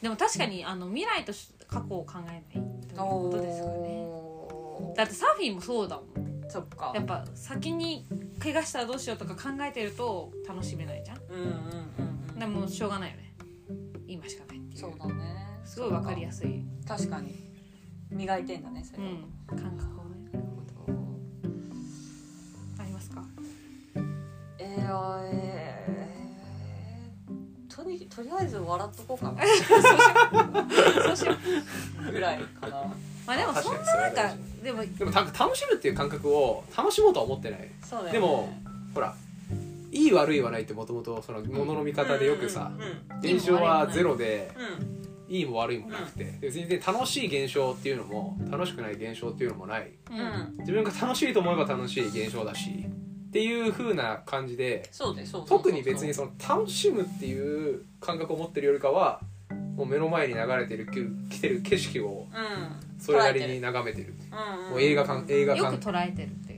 S3: でも確かにあの未来とし過去を考えないということですかね
S4: おー
S3: だってサーフィンもそうだもん
S4: そっか
S3: やっぱ先に怪我したらどうしようとか考えてると楽しめないじゃん
S4: うんうんうんうん
S3: でもしょうがないよね今しかないっていう
S4: そうだね
S3: すごいわかりや
S4: す
S3: すい、
S4: い確かに磨いてんだねそれ
S3: う
S4: は
S3: ん、感覚をね
S4: なるほど
S3: ありますか
S4: えー、えー、とにとりあえず笑っとこう かなそうしようぐらいかな
S3: まあでも
S5: 確
S3: そ
S5: か
S3: ん
S5: に
S3: な
S5: それ
S3: な
S5: は
S3: ん
S5: 大
S3: か
S5: 事
S3: でも
S5: でもた楽しむっていう感覚を楽しもうとは思ってない
S4: そうだよね
S5: でもほらいい悪いはないってもともとその物の見方でよくさ
S4: うんう
S5: 現象はゼロで
S4: んうん
S5: いいも悪いもなくてで全然楽しい現象っていうのも楽しくない現象っていうのもない
S4: うん、うん
S5: 自分が楽しいと思えば楽しい現象だしっていう風な感じで
S4: そうでそうそうそう
S5: 特に別にその楽しむっていう感覚を持ってるよりかはもう目の前に流れてるき来てる景色を
S4: うん
S5: それなりに眺めてる
S4: うんうん
S5: もう映画感映画
S3: よく
S5: 感
S3: 捉えてるって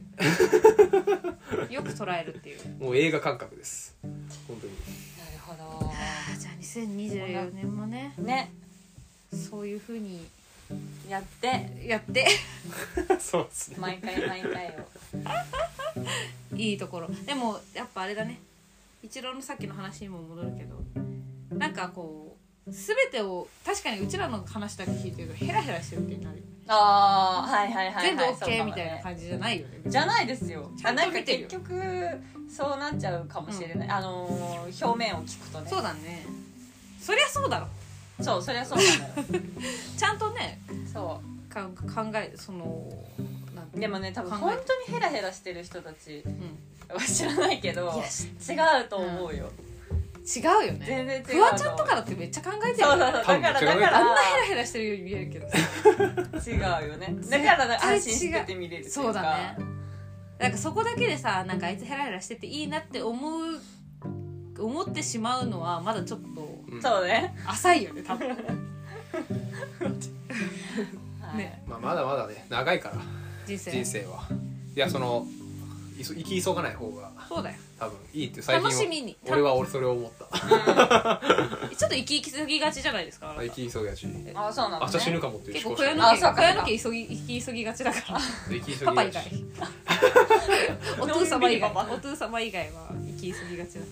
S3: いうよく捉えるっていう
S5: もう映画感覚です本当に
S4: なるほ
S3: あじゃあ2024年もね
S4: どね
S3: そういうふうに
S4: やって
S3: や って
S5: そうですね
S4: 毎回毎回 を
S3: いいところでもやっぱあれだね一郎のさっきの話にも戻るけどなんかこう全てを確かにうちらの話だけ聞いてるとヘラヘラしてるってなるよね、
S4: ああはいはいはい、はい、
S3: 全部
S4: そうか
S3: OK
S4: もね
S3: みたいな感じじゃないよね
S4: じゃないですよ
S3: ちゃ
S4: あ
S3: んと
S4: なんか
S3: 見てるよ
S4: 結局そうなっちゃうかもしれない、あのー表面を聞くとね
S3: そうだねそりゃそうだろ
S4: そうそりゃそうなのよ
S3: ちゃんとね
S4: そ
S3: かん考えそのなんて
S4: うでもね多分
S3: 考え
S4: 本当にヘラヘラしてる人たち
S3: うん
S4: は知らないけど
S3: いやし
S4: 違うと思うよ、
S3: 違うよね
S4: 全然違う
S3: フワちゃんとかだってめっちゃ考えてる
S4: そ
S3: よ
S4: うそうそうだからだか
S5: 多分違うね
S3: あんなヘ
S4: ら
S3: ラヘラしてるように見えるけど
S4: 違うよねだから安心
S3: 絶
S4: し
S3: 対違う
S4: てて見れるっていうか
S3: そうだねなんかそこだけでさなんかあいつヘラヘラしてていいなって思う思ってしまうのはまだちょっと
S5: うん
S4: そうね、
S3: 浅いよね多 分
S4: はい
S3: ね
S5: まあ、まだまだね長いから
S3: 人生
S5: 人生はいやそのいそ生き急がない方が
S3: そうだよ
S5: 多分いいって最近
S3: 楽
S5: は
S3: しみに
S5: 俺は俺それを思った
S3: たちょっと生き生きすぎがちじゃないですかあなた
S5: 生き急ぎやし
S4: あそうなの、ね、
S5: 明日死ぬかもっていう
S3: 結構
S5: 思考
S3: 小屋
S5: し
S3: の
S5: か
S4: あ
S3: 家
S4: そうか
S3: 小屋の家急ぎ生き急ぎがちだから
S5: 生き急
S3: パ
S5: ぎ
S3: パ以
S5: や
S3: 外
S5: し
S3: お父様以外
S4: のんびりパパ
S3: お父様以外は生き急ぎがちだか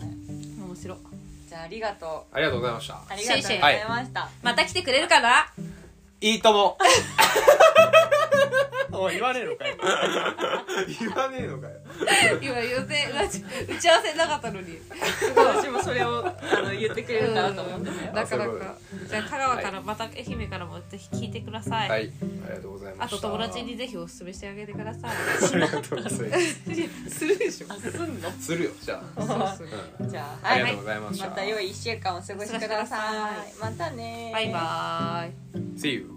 S3: ら面白い
S4: じゃあありがと
S5: ありがとうございました
S4: うありがとうございました、
S3: また来てくれるかない
S5: いともおい言わねえのかよ 言わねえのかよ
S3: 今予定打ち打ち合わせなかったのに
S4: 私もそれをあの言ってくれるかなと思ってたよ
S3: なかな
S5: あそういう
S3: かじゃあ香川からまた愛媛からもぜひ聞いてください、
S5: はいありがとうございま
S3: あ
S5: した
S3: と友達にぜひおすすめしてあげてください
S5: ありがとうございます
S3: するでしょ
S4: あすんの
S5: するよじゃあ、
S3: そうそう
S5: うん
S4: じゃあ
S5: あ
S4: は
S5: り
S4: い
S5: がとうございました、
S4: また良い一週間お過ごしくださいまたね
S3: バイバーイ
S5: See you